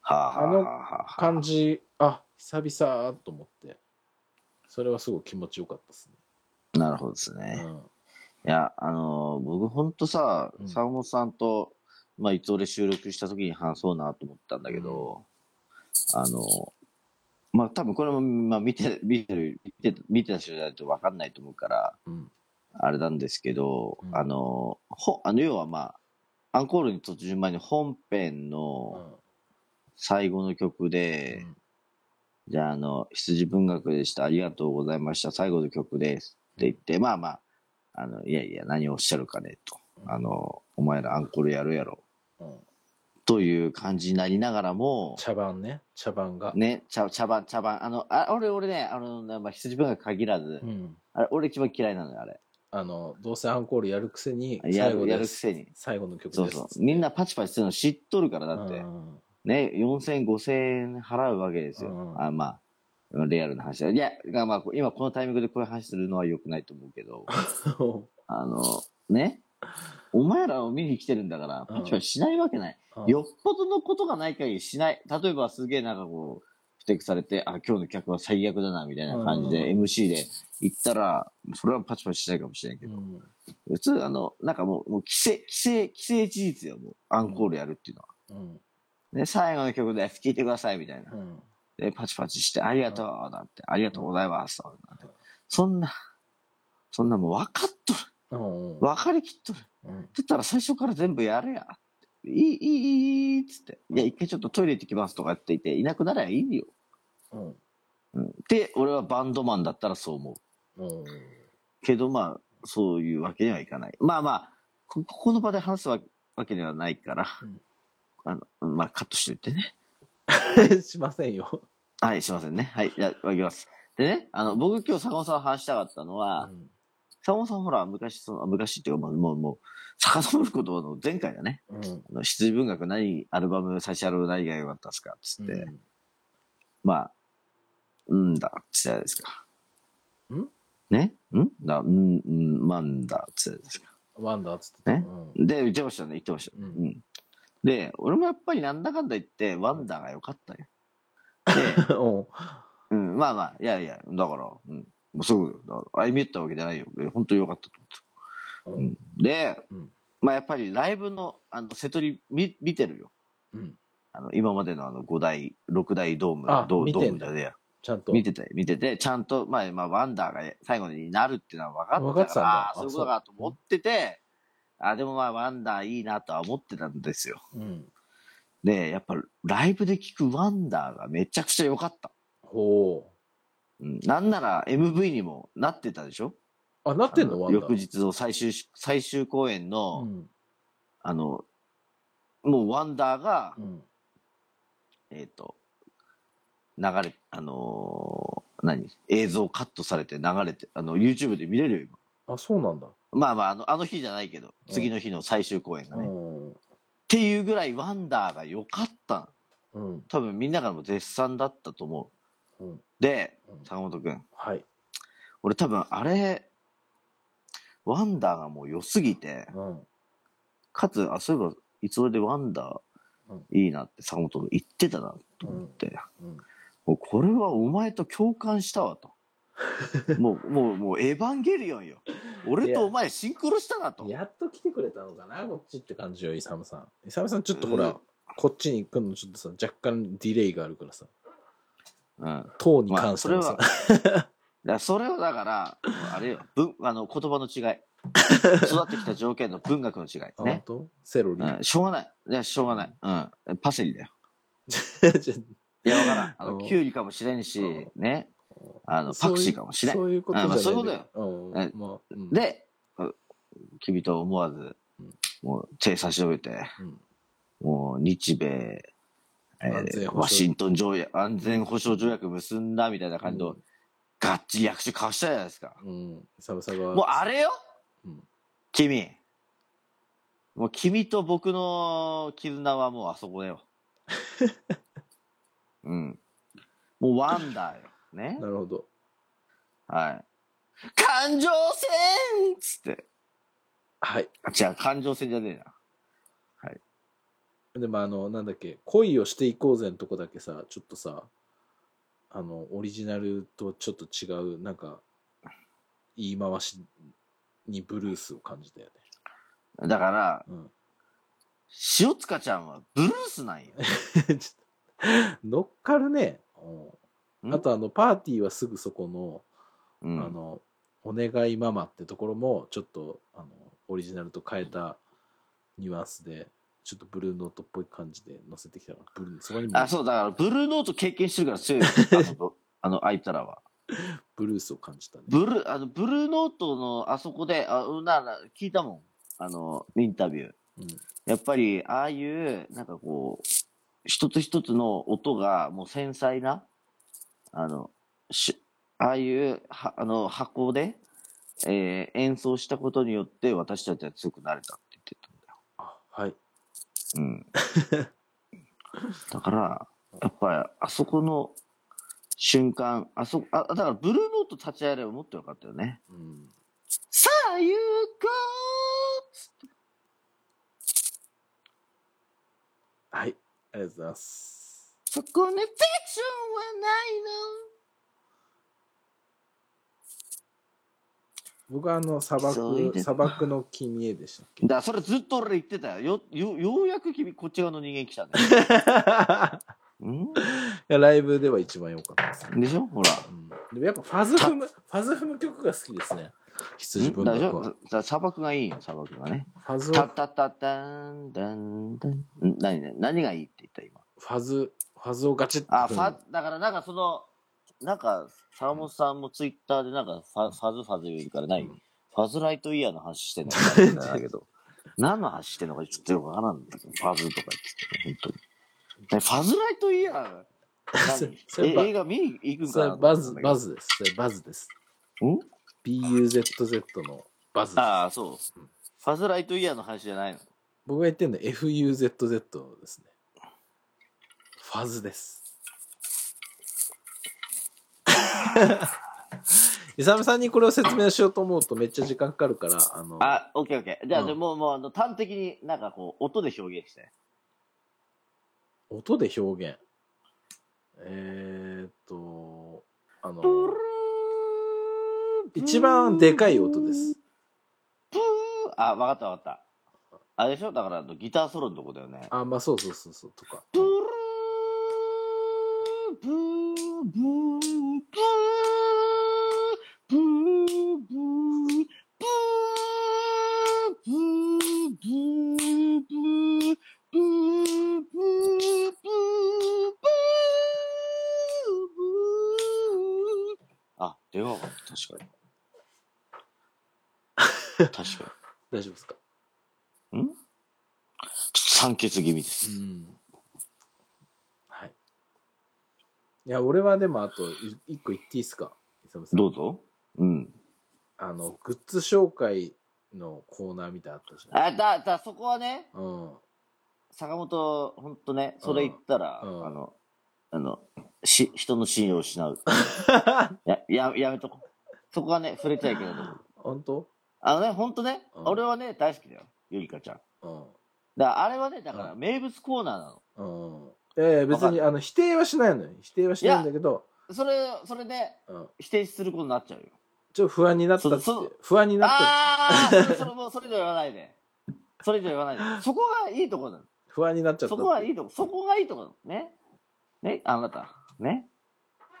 B: はあ、はあはあは
A: 感じ、あ、久々と思って、それはすごい気持ちよかったです
B: あ、なるほどですね。
A: ね。
B: いや、あのー僕ほんとさ
A: う、ん
B: 坂本さんと、まあ、いつ俺収録した時に話そうなと思ったんだけど、あの、まあ多分これも、まあ見て、見てる、見て、見てた人じゃないと分かんないと思うから、
A: うん。
B: あれなんですけど、
A: うん
B: あの、ほ、あの、要はまあ、アンコールに途中前に本編の最後の曲で、じゃあ、あの、羊文学でした。ありがとうございました。最後の曲です。って言って、まあまあ、あの、いやいや、何をおっしゃるかね、と。あの、お前らアンコールやるやろ。
A: うんうん
B: という感じになりながらも、
A: 茶番ね。茶番が。
B: ね、茶、茶番、茶番。あの、あ俺、俺ね、あの、まあ、羊文学限らず
A: う、ん。
B: あれ、俺一番嫌いなのよ、あれ。
A: あの、どうせアンコールやるくせに、
B: や
A: 最後
B: る、やる
A: で
B: く
A: す。
B: せに。
A: 最後の曲です。
B: そうそう。みんなパチパチするの知っとるから、
A: う
B: だ
A: ん、
B: って。
A: うん
B: ね、4000円、5000円払うわけですよ。
A: うん
B: あまあ、レアルな話だ。いや、がまあ、今このタイミングでこういう話するのは良くないと思うけど、あの、ね、お前らを見に来てるんだから、
A: うん
B: パチパチしないわけない。
A: うん
B: よっぽどのことがない限りしない。例えばすげえなんかこう、不適されて、あ、今日の客は最悪だな、みたいな感じで、MC で行ったら、それはパチパチしないかもしれないけ
A: う
B: ど、
A: ん。
B: 普通あの、なんかもう、もう規制、規制、規制事実よ、もう、アンコールやるっていうのは。
A: うん。
B: ね、最後の曲です、聴いてください、みたいな
A: う。ん。
B: で、パチパチして、ありがとう、なんて、ありがとうございます、なんて。そんな、そんなもう分かっとる。
A: うん。
B: 分かりきっとる。
A: うん。
B: だったら最初から全部やれや。いい、いい、いい、つって。いや、一回ちょっとトイレ行ってきますとかやっていて、いなくなりゃいいよ。
A: うん。
B: うん。で、俺はバンドマンだったらそう思う。
A: うん。
B: けど、まあ、そういうわけにはいかない。まあまあ、こここの場で話すわわけではないから、
A: うん
B: あの、まあ、カットしていてね。
A: しませんよ。
B: はい、すいませんね。はい、じゃあ、いきます。でね、あの、僕今日坂本さんと話したかったのは、
A: うん
B: 坂本さんほら、昔、その、昔っていうか、まあもう、もう、遡ることの前回だね。
A: うん。
B: あの、羊文学何、アルバム、最初アルバム何が良かったですかつって、
A: うん
B: まあ、うんだ、つってたじゃないですか。
A: ん
B: ねんだ、うん、うん、まんだ、つってたじゃないですか。
A: ワンダーっつってた。
B: ね
A: うん
B: で、言ってましたね、言ってました。
A: う
B: うんん。で、俺もやっぱりなんだかんだ言って、ワンダーが良かったよ。 で、
A: お
B: うん、まあまあ、いやいや、だから、うん、もうすぐ、だから歩み寄ったわけじゃないよ。え本当に良かったと
A: う
B: 思
A: ん
B: って。うん、で、
A: うん
B: まあやっぱりライブの、あの、瀬戸り見見てるよ。
A: うん
B: あの、今までのあの、5大、6大ドーム、
A: あ
B: ド
A: 見
B: ド
A: て
B: ー
A: ん
B: ム
A: だ
B: だね。
A: ちゃんと。
B: 見てて、見てて、ちゃんと、まあ、まあ、ワンダーが最後になるっていうのは分
A: 分かっ
B: かってて
A: たん
B: たか
A: だ
B: ら、ああー、
A: あ
B: そういうことかと思ってて、あ、でもまあ、ワンダーいいなとは思ってたんですよ。
A: うん。
B: で、やっぱ、ライブで聴くワンダーがめちゃくちゃ良かった。
A: ほ
B: うん、なんなら MV にもなってたでしょ
A: う。あ、なってんの
B: あ
A: ワンダー。
B: 翌日の最終し、最終公演の、
A: うん。
B: あの、もうワンダーが
A: う、ん。
B: えっ、と、流れ、あのー何映像カットされて流れて、あの、YouTube で見れるよ、今。
A: あ、そうなんだ。
B: まあまあ、あの、あの日じゃないけど、
A: うん
B: 次の日の最終公演が
A: う
B: ね。っ
A: ん。
B: ていうぐらいワンダーが良かった。
A: うん。
B: 多分みんなからも絶賛だったと思
A: う。
B: うんで
A: うん、
B: 坂本くん、
A: はい。
B: 俺多分あれ、ワンダーがもう良すぎて、
A: うん。
B: かつ、あ、そういえば、いつまでワンダ
A: う
B: ー
A: ん
B: いいなって坂本が言ってたなと思って、
A: うん。
B: もうこれはお前と共感した わと。もう、もう、もう、エヴァンゲリオンよ。俺とお前シンクロしたなと。
A: やっと来てくれたのかな、こっちって感じよ、イサムさん。イサムさん、ちょっとほ
B: う
A: ら
B: ん、
A: こっちに行くの、ちょっとさ、若干ディレイがあるからさ、
B: うん。
A: 塔に
B: ま
A: 関
B: あ、
A: して
B: それ
A: は
B: は、だ
A: さ
B: か、らそれはだから、あれよ、文あの、言葉の違 い。育ってきた条件の文学の違
A: あ
B: い。
A: 本
B: ね。
A: 当セロリ
B: う。ん、しょうがない。いや、しょうがない。うん。パセリだよ。
A: じゃ
B: いや、わからん。あ
A: うん
B: の、キュウリかもしれんし、ね。あの、パクチーかもしれん
A: そういうこと
B: あまあ
A: じゃ
B: そう
A: ないいう
B: こ
A: うん
B: だよ
A: まあうん
B: で、う君と思わず
A: うん、
B: もう手差し伸べて、
A: うん
B: もう日米、え
A: 安全保
B: ー
A: 障
B: ワシントン条約、安全保障条約結んだみたいな感じの、がっちり役所交わしたじゃないですか。
A: うん、イサムさんが。
B: もうあれよ
A: うん
B: 君。もう君と僕の絆はもうあそこ だよ。うん。もうワンダーよ。ね
A: な。るほど。
B: はい。感情線っつって。
A: はい。
B: あ違う、感情線じゃねえな。
A: でもあの、なんだっけ、恋をしていこうぜのとこだけさ、ちょっとさ、あの、オリジナルとちょっと違う、なんか、言い回しにブルースを感じたよね。
B: だから、
A: うん。
B: 塩塚ちゃんはブルースなんよ。
A: ちょっ乗っかるね。うん
B: ん
A: あとあの、パーティーはすぐそこの、
B: うん
A: あの、お願いママってところも、ちょっと、あの、オリジナルと変えたニュアンスで、ちょっとブルーノートっぽい感じで載せてきたから、ブルーそこにも
B: あ、そう、だから、ブルーノート経験してるか ら強いよ。あのど、あの、アイプラは。
A: ブルースを感じたね。
B: ブルー、あの、ブルーノートの、あそこで、あ、うんなら、聞いたもん。あの、インタビュー。
A: うん
B: やっぱり、ああいう、なんかこう、一つ一つの音が、もう繊細な、あの、し、ああいう、は、あの、箱で、えー演奏したことによって、私たちは強くなれたって言ってた。
A: あはい。
B: うん。だから、やっぱり、あそこの瞬間、あそこ、あ、だから、ブルーノート立ち会えればもっとよかったよね。
A: うん。
B: さあ、行こ
A: はい。ありがとうございます。
B: うそこにフィクションはない
A: 僕はあの、砂
B: そうで
A: 漠、
B: す
A: 砂漠の君へでしたっけ
B: のだから、それずっと俺言ってたよ。よ、よ、ようやく君、こっち側の人間来たね。う
A: いや、ライブでは一番良かったです、
B: んでしょほら。
A: うんでもやっぱファズ踏む、ファズ踏む曲が好きですね。羊
B: ん
A: 文
B: だでし
A: 学は。
B: ょだ砂漠がいいよ、砂漠がね。
A: ファズを、
B: た
A: フ
B: たたたん、だん、だん。ん何、何何がいいって言った、今。
A: ァズ、ファズをガチッと
B: あ、
A: 踏
B: フ
A: む。
B: ァ、だからなんかその、なんか、坂本さんもツイッターでなんかファ、ファズファズ言うからない、
A: うん
B: ファズライトイヤーの話してんのかなみたい なんだけど、何の話してんのかちょっとよくわからんだけど、ファズとか言ってて、本当に。でファズライトイヤー
A: そ
B: 何
A: それバ
B: え映画見に行くん
A: そ
B: か
A: れ
B: な
A: はバズ、バ
B: ズ。
A: ズです。それバズです。
B: ん
A: BUZZ のバズです。
B: ああ、そう。ファズライトイヤーの話じゃないの。
A: 僕が言ってるのは FUZZ ですね。ファズ です。 イサムさんにこれを説明しようと思うとめっちゃ時間かかるから、あの、
B: あ、オッケーオッケー。じゃあ、
A: うん
B: でももうあの端的になんかこう、音で表現して。
A: 音で表現。えー、っと、あの、一番でかい音です。
B: プーあ、わかったわかった。あれでしょだからあのギターソロのとこだよね。
A: あ、まあそうそうそうそう、とか。
B: ブルー、ブー、ブー、ブー、ブー、ブー、ブー、ブー、ブー、ブー、ブー、ブー、ブー、ブー、ブー、ブー。あ、電話が確かに。確か
A: 大丈夫ですか
B: に。ん酸欠気味です。
A: うん。はい。いや、俺はでもあとい一個言っていいですかイサムさん
B: どうぞ。うん。
A: あの、グッズ紹介のコーナーみたいなのあったじゃん。
B: あ、だ、だ、そこはね、
A: うん。
B: 坂本、ほんとね、それ言ったら、
A: うん
B: あの、あの、し、人の信用を失 う。や、や、やめとこ。そこはね、触れちゃいけないと思う。
A: 本当
B: あのね、ほんとね、
A: うん
B: 俺はね、大好きだよ。ゆりかちゃん。だか
A: うん。
B: ら、あれはね、だから、
A: う
B: 名物コーナーなの。
A: うん。いやいや、別
B: わか
A: に、あの、否定はしないのよ。否定はしないんだけど、
B: それ、それで、
A: うん。
B: 否定することになっちゃうよ。
A: ちょっと不安になったっつって
B: そそ。
A: 不安になった。
B: ああーそれ、それもう、それ以上言わないで。それ以上言わないで。そこがいいところなの。
A: 不安になっちゃったっ
B: そ
A: て。
B: こはいいとこ、そこがいいとこね。ね、あなた。ね。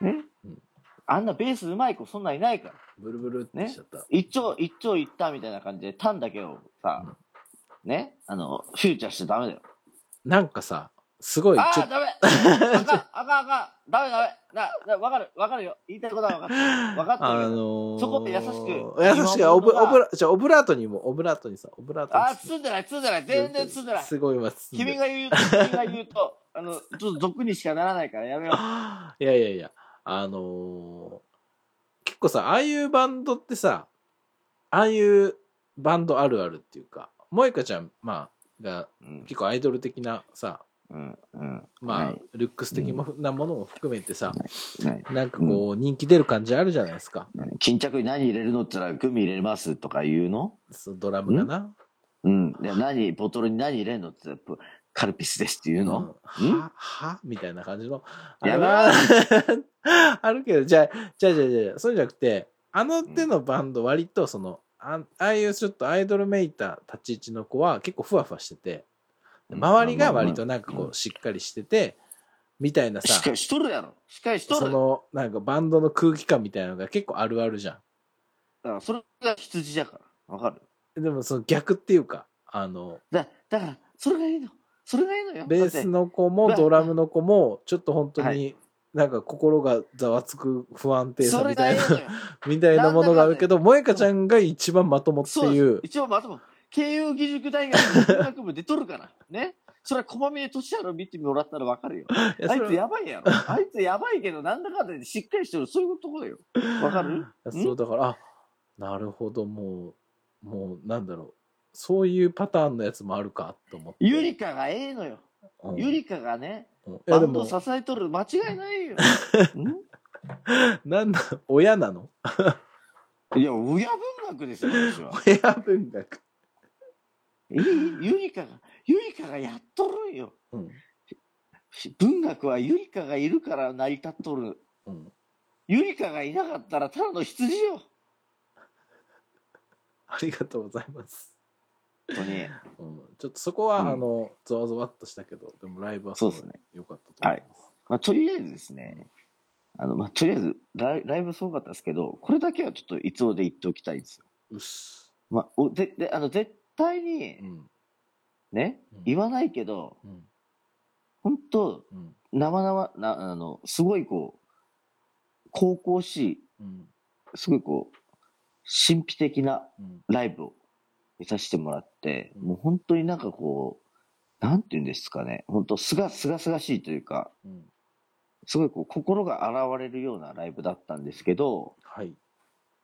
B: ね
A: うん。
B: あんなベースうまい子そんないないから。
A: ブルブルってしちゃった。
B: 一丁、一丁いったみたいな感じで、タンだけをさ、ね、あの、フューチャーしちゃダメだよ。
A: なんかさ、すごい、
B: あ
A: ちょ
B: あ、
A: っと、
B: ダメあかん、あかん、あかん。ダメダメ。な、な、わかる、わかるよ。言いたいことは わかる。わかった
A: あ
B: けど。
A: のー、
B: そこって優しく
A: 優しく、オブ、
B: 今
A: オ
B: 思
A: ブ
B: うの
A: ラ、じゃあオブラートにも、オブラートにさ、オブラートに
B: あー、包んでない、包んでない。全然包んでない。
A: すごい今包んで
B: 君
A: る
B: が言うと、君が言うと、あの、ちょっと毒にしかならないからやめよう。
A: いやいやいや、あのー結構さ、ああいうバンドってさ、ああいうバンドあるあるっていうか、萌香ちゃん、まあ、が
B: うん、
A: 結構アイドル的なさ、
B: うん、うん。
A: まあ、
B: はい
A: ルックス的もなものも含めてさ、
B: はい
A: なんかこう、人気出る感じあるじゃないですか。
B: 巾着に何入れ るのって言ったらグミ入れますとか言うの
A: そのドラムがな。
B: うん。で何、ボトルに何入れるのって言ったらプカルピスですって言うの、
A: うん
B: ん
A: は、はみたいな感じの。
B: や
A: ば
B: ば
A: ある けど、じゃあ、じゃあじゃあじゃあそうじゃなくて、あの手のバンド、割とその、あああいうちょっとアイドルめいた立ち位置の子は結構ふわふわしてて、
B: うん
A: 周りが割となんか
B: まあ
A: こ
B: ま
A: うしっかりしてて、みたいな
B: しっ
A: さ
B: か、りしとるやろ。しっかりしと
A: そ
B: る。だ
A: の、なんかバンドの空気感みたいなのが結構あるあるじゃ
B: からそれが羊じゃから。わかる
A: ん。でもその逆っていうか、あの、
B: だだから、それがいいの。それがいいの よ。
A: ベース
B: だっ
A: の子も
B: だ
A: ドラムの子も、ちょっと本当
B: は
A: になんか心がざわつく不安
B: て
A: 定さ
B: それ
A: みた
B: が
A: い
B: いい
A: な、
B: のよ。
A: みたいなものがあるけど、萌香ちゃんが一番まともって
B: そう
A: い
B: です
A: う。
B: 一応まとも、慶応義塾大学の文学部出とるから。ね。それは小峰俊治を見てもらったらわかるよ。
A: いやそ
B: あい
A: れは
B: つやばいやろ。あいつやばいけど、なんだかんだでしっかりしてる。そういうとこだよ。わかるん
A: そうだからあなるほどもうもうなんだろうそういうパターンのやつもあるかと思って
B: ゆりかがええのよ。
A: うん
B: ゆりかがね、
A: うんい
B: バ
A: やで
B: ンドを
A: も
B: 支えとる。間違いない よ。
A: なんだ親なの
B: んいや、親文学ですよ、私は。
A: 親文学、
B: いいゆりかが、ゆりかがやっとるんよ。
A: うん
B: 文学はゆりかがいるから成り立っとる。
A: うん、
B: ゆりかがいなかったらただの羊よ。
A: ありがとうございます、
B: 本当に。
A: うん、ちょっとそこは、
B: うん
A: あのゾワゾワっとしたけどでもライブは
B: そうですね
A: 良かったと思います
B: まあ、とりあえずですね、あの、まあ、とりあえずライ、ライブすごかったですけど、これだけはちょっといつおで言っておきたいんですよ。
A: うっす、
B: まあ、おでであの絶対に
A: う、ん
B: ね、
A: うん
B: 言わないけど、
A: うん
B: 本当
A: うん
B: 生々、な、あの、すごいこう、高校しい、
A: うん
B: すごいこう、神秘的な
A: うん
B: ライブを見させてもらって、
A: うん
B: もう本当になんかこう、なんて言うんですかね、本当すが、すがすがしいというか、
A: うん
B: すごいこう、心が洗われるようなライブだったんですけど、
A: はい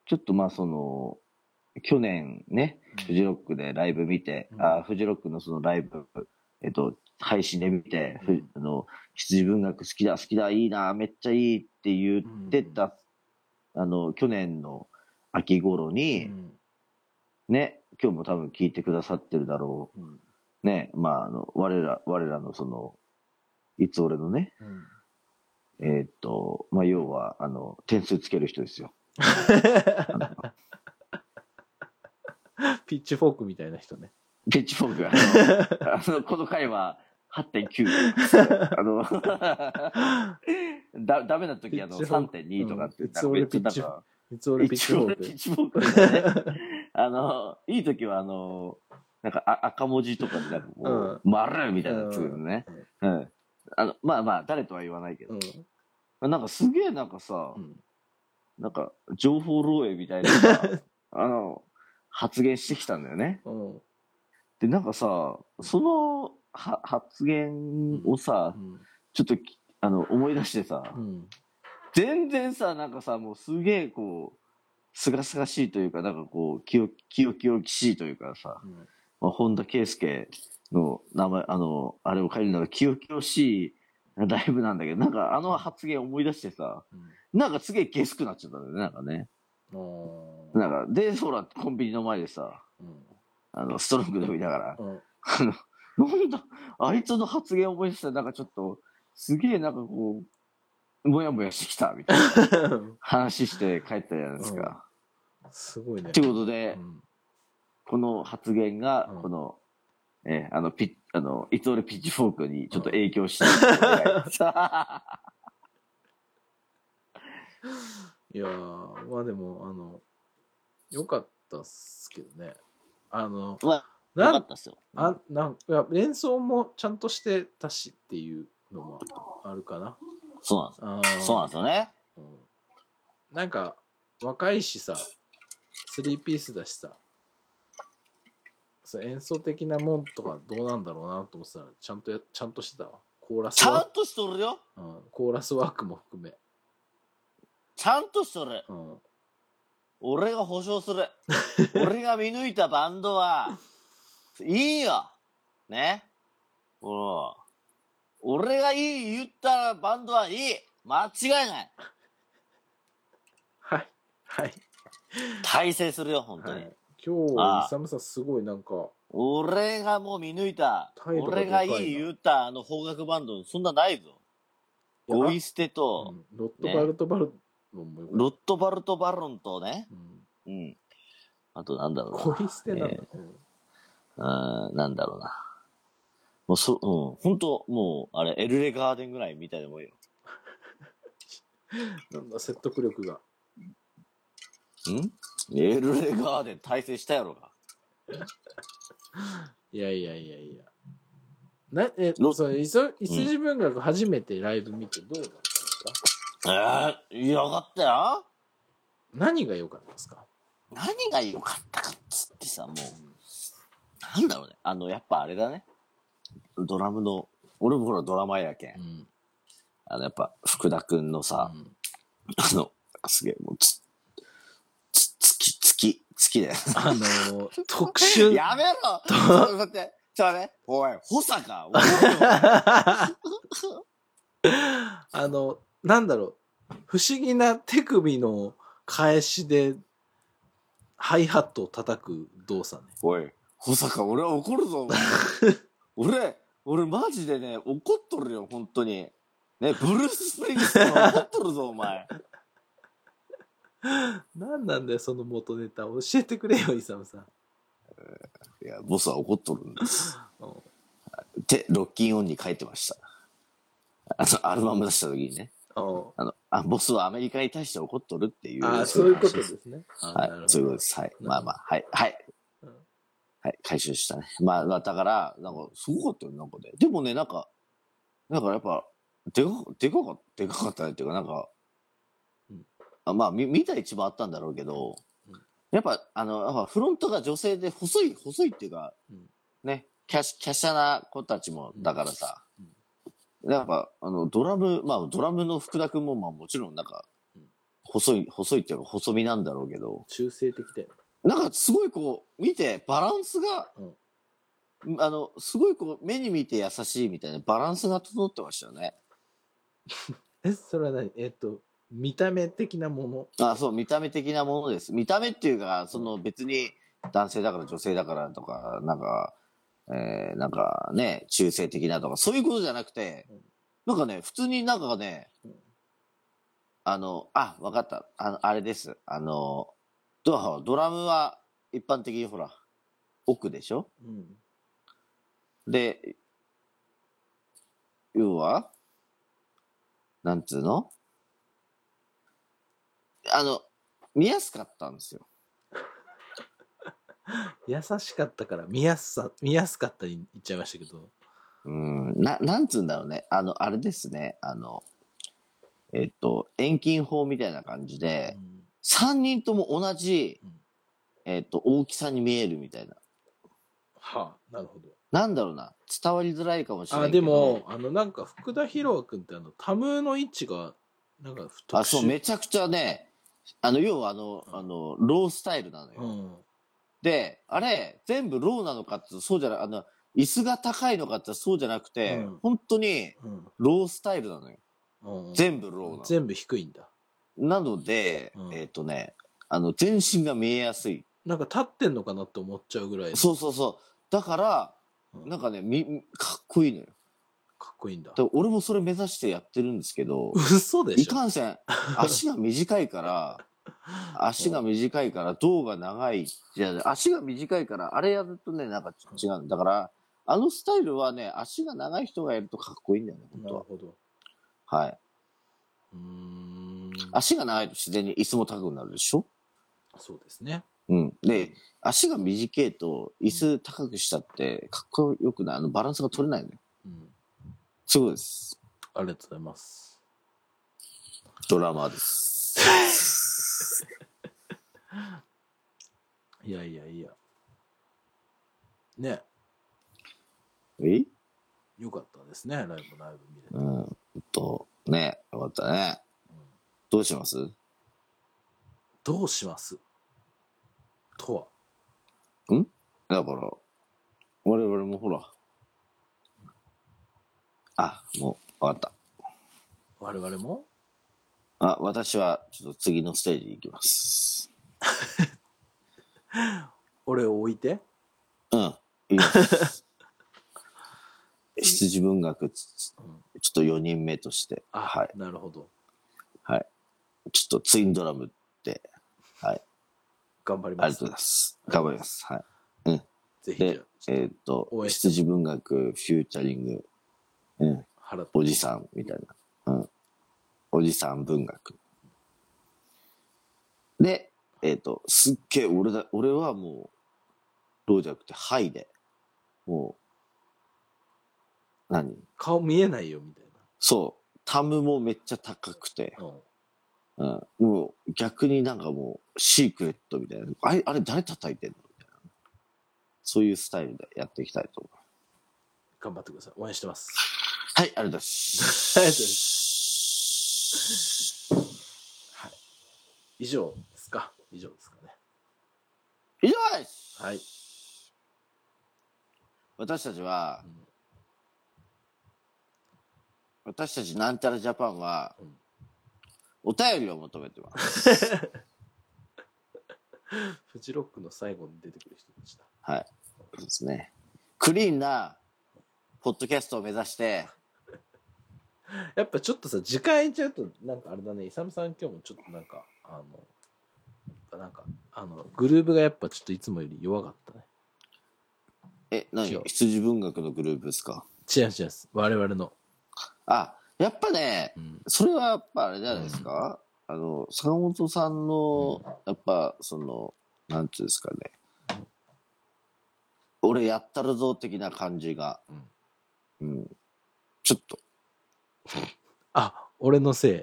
B: ちょっとまあその、去年ね、フジロックでライブ見て、
A: うん
B: あフジロックのそのライブ、えっと、配信で見て、ふ
A: うん
B: あの、羊文学好きだ、好きだ、いいな、めっちゃいいって言ってた、あの、去年の秋頃
A: う
B: に、
A: ん
B: ね、今日も多分聞いてくださってるだろ
A: うんうん
B: う、ね、まああの、我ら、我らのその、いつ俺のね、
A: うん
B: えっと、まあ要は、あの、点数つける人ですよ。あの
A: ピッチフォークみたいな人ね
B: ピッチフォー クが。あの、この回は8.9。あの、だ、ダメな時あの、
A: ピッチフォーク
B: 3.2とかって。
A: うん
B: なんかめっちゃなん
A: いつ俺ピッチフ
B: か
A: いつ俺ピッチ
B: 一
A: フ
B: 応
A: ォーク
B: ねピッチフォークだね。あの、いい時はあの、なんかあ赤文字とかでなんかこう、丸みたいなやつね。うん。あの、まあまあ、誰とは言わないけど。
A: うん
B: なんかすげえなんかさ
A: う、ん
B: なんか情報漏洩みたいなさ、 あの、発言してきたんだよね。
A: うん
B: で、なんかさ、そのは発言をさ、ちょっときあの思い出してさ、
A: うん
B: 全然さ、なんかさ、もうすげえこう、すがすがしいというか、なんかこう、きよきよきよきしいというかさ、
A: うん
B: まあ、本田圭佑の名前、あの、あれを借りるのがきよきよしいライブなんだけど、なんかあの発言思い出してさ、なんかすげえゲスくなっちゃったんだよね、なんかね。
A: うん
B: なんか、で、ほら、コンビニの前でさ、
A: うん
B: あの、ストロング飲みながら、
A: うん
B: あの、なんだ、あいつの発言を思い出したら、なんかちょっと、すげえなんかこう、もやもやしてきた、みたいな話して帰ったじゃないですか。
A: すごいね
B: と、いうことで、
A: うん
B: この発言が
A: うん、
B: この、えーあの、ピッ、あの、いつ俺ピッチフォークにちょっと影 響して るってことが
A: いやーまあでもあのよかったっすけどねあの
B: まあ、よ
A: な
B: か
A: ん
B: ったっすよ。
A: あなんいや演奏もちゃんとしてたしっていうのもあるかな
B: そうなんで
A: あ
B: すよ。そうなんですよね。
A: すなんか若いしさスリーピースだしさそう演奏的なもんとかどうなんだろうなと思ってたらちゃんとやちゃんとしてたわコーラス
B: ちゃ
A: ワー
B: んとしとるよ。
A: ク、うん、コーラスワークも含め、
B: ちゃんとしとる。
A: うん、
B: 俺が保証 する。俺が見抜いたバンドは、いいよねほら。俺がいい言ったバンドはいい間違いない
A: はいはい
B: 大成するよ、本当
A: は
B: に。
A: い、今
B: あ
A: 日
B: あ
A: イサムさんすごいなんか
B: 俺がもう見抜いた、
A: 態度がで
B: 俺
A: かいな
B: がいい言ったあの邦楽バンド、そんなないぞ。ゴイステ
A: う
B: と、
A: んロットバルトバルトンもよか
B: ロ
A: っ
B: ットバルト・バロンとね、
A: た、うん、
B: うん。あとなんだろうな。
A: 恋捨てなんだ、
B: えーうーん、なんだろうな。もうそ、うん。本当もう、あれ、エルレガーデンぐらいみたいでもいいよ。
A: なんだ、説得力が。
B: んエルレガーデン対戦したやろが。
A: いやいやいやいや。な、え、
B: ロ
A: そう、いそ、いすじ文学初めてライブ見てどうだったんですか、
B: ええー、よかったよ。
A: 何が良かったですか
B: 何が良かったかっつってさ、もう、なんだろうね。あの、やっぱあれだね。ドラムの、俺もほらドラマーやけん。
A: うん。
B: あの、やっぱ、福田くんのさ、
A: うん
B: あの、すげえ、もう、つ、つ、つき、つき、つきだよ。
A: あの ー、特殊。
B: やめろちょっと待って、ちょっと待って、おい、保 坂、おい
A: あの、なんだろう、不思議な手首の返しで、ハイハットを叩く動作ね。
B: おい、保坂、俺は怒るぞ。 お前俺、俺マジでね、怒っとるよ、本当に。ね、ブルース・スプリングスティーンは怒っとるぞ、お前。
A: なんなんだよ、その元ネタ。教えてくれよ、イサムさん。
B: いや、ボスは怒っとるんです
A: うん。
B: って、ロッキンオンに書いてました。あの、アルバム出した時にね。あの、あ、ボスはアメリカに対して怒っとるっていう。
A: ああ、そういうこと
B: 話
A: で
B: です
A: ね。あ
B: はい、そういうことです。はい。まあまあ、はい、はい
A: うん。
B: はい、回収したね。 まあ、まあだから、なんか、すごかったよ、なんかね。でもね、なんか、なんかやっぱ、でか、でかかった、でかかったねっていうか、なんか
A: うん、
B: あまあ、み見た一番あったんだろうけど
A: うん、
B: やっぱ、あの、やっぱフロントが女性で細い、細いっていうか
A: うん、
B: ね、キャシ、キャシャな子たちも、だからさ
A: うん、
B: やっぱ、あの、ドラム、まあ、ドラムの福田くんも、まあ、もちろん、なんか
A: うん、
B: 細い、細いっていうか、細身なんだろうけど、
A: 中性的だよ。
B: なんかすごいこう、見て、バランスが、あの、すごいこう、目に見て優しいみたいな、バランスが整ってましたよね。
A: え、それは何えっと、見た目的なもの。
B: あそう、見た目的なものです。見た目っていうか、その別に、男性だから女性だからとか、なんか、えー、なんかね、中性的なとか、そういうことじゃなくて、なんかね、普通になんかね
A: うん、
B: あの、あ、わかった。あの、あれです。あの、ドドラムは一般的にほら、奥でしょ
A: うん。
B: で、要は、なんつうのあの、見やすかったんですよ。
A: 優しかったから、見やすさ、見やすかったに言っちゃいましたけど。
B: うん、な、なんつうんだろうね。あの、あれですね。あの、えっと、遠近法みたいな感じで
A: う、ん
B: 3人とも同じ
A: うん、
B: えっと、大きさに見えるみたいな。
A: はあ、なるほど。
B: なんだろうな。伝わりづらいかもしれな
A: あ
B: い
A: で
B: けど。
A: も、あのなんか福田博和君ってあのタムの位置がなんか太
B: あ、そう、めちゃくちゃね、あの、要はあの、あの、ロースタイルなのよ。
A: うん
B: で、あれ、全部ローなのかって言うとそうじゃなくあの、椅子が高いのかって言ったらそうじゃなくて、
A: うん
B: 本当に
A: うん
B: ロースタイルなのよ。
A: うん
B: 全部ロー
A: 全部低いんだ
B: なの。なので、
A: うん
B: えっ、とね、あの、全身が見えやすい。
A: なんか立ってんのかなって思っちゃうぐらい
B: そうそうそう。だから、
A: うん
B: なんかね、み、かっこいいのよ。
A: かっこいいんだ
B: で俺もそれ目指してやってるんですけど、
A: 嘘で
B: い
A: しょ
B: かんせん、足が短いから、 足が短いから、胴が長い。じゃあ、足が短いから、あれやるとね、なんか違う。だから、あのスタイルはね、足が長い人がやるとかっこいいんだよね、本
A: な
B: 当
A: る
B: は。
A: ほど
B: はい。
A: うーん
B: 足が長いと自然に椅子も高くなるでしょ
A: そうですね
B: うん。で、足が短いと、椅子高くしたって、かっこよくない。あの、バランスが取れないのよ。
A: うん
B: そういうことです。
A: ありがとうございます
B: ドラマーです。
A: いやいやいやね
B: え
A: よかったですねライブライブ見れて
B: うん。と、ね、よかったね。どうします
A: どうしますとは
B: だから、我々もほら。あ、もう、わかった。
A: 我々も
B: あ、私は、ちょっと次のステージに行きます。
A: 俺を置いて
B: うん。行き ます。羊文学、ちょ
A: うん
B: っと4人目として、
A: あ、
B: はい。
A: なるほど
B: ちょっとツインドラムって、
A: 頑張り
B: あ
A: ま
B: りが
A: す
B: とうございます。頑張ります。はい。うん。
A: ぜひじゃあ
B: でえーっと
A: 応、援して
B: 羊文学、フューチャリング、うん、
A: 原田
B: おじさんみたいな。うん。おじさん文学。で、えっ、と、すっげえ俺だ、俺はもう、ローじゃなくて、はいで、もう、何
A: 顔見えないよみたい
B: そう、タムもめっちゃ高くて、
A: な、うん
B: うん、もう逆になんかもう、シークレットみたいな。あれ、あれ誰叩いてんのみたいな。そういうスタイルでやっていきたいと思う。
A: 頑張ってください応援してます
B: はい、ありがとうご
A: ありがとう
B: ざいま。
A: ございます以上ですか以上ですかね
B: 以上です
A: はい、
B: 私たちは
A: う、ん
B: 私たちなんたらジャパンは
A: うん、
B: お便りを求めてます。
A: フジロックの最後に出てくる人でした
B: はい。そうですね。クリーンな、ポッドキャストを目指して、
A: やっぱちょっとさ時間空いちゃうとなんかあれだねイサムさん今日もちょっとなんかあのなんかあのグルーブがやっぱちょっといつもより弱かったね
B: え、
A: 違う
B: 何羊文学のグループですか
A: 違う違うです我々の、
B: あ、やっぱね、
A: うん、
B: それはやっぱあれじゃないですか、あの、坂本さんの、やっぱ、その、なんていうんですかね。俺やったるぞ的な感じが、うん。ちょっと、
A: あ俺のせい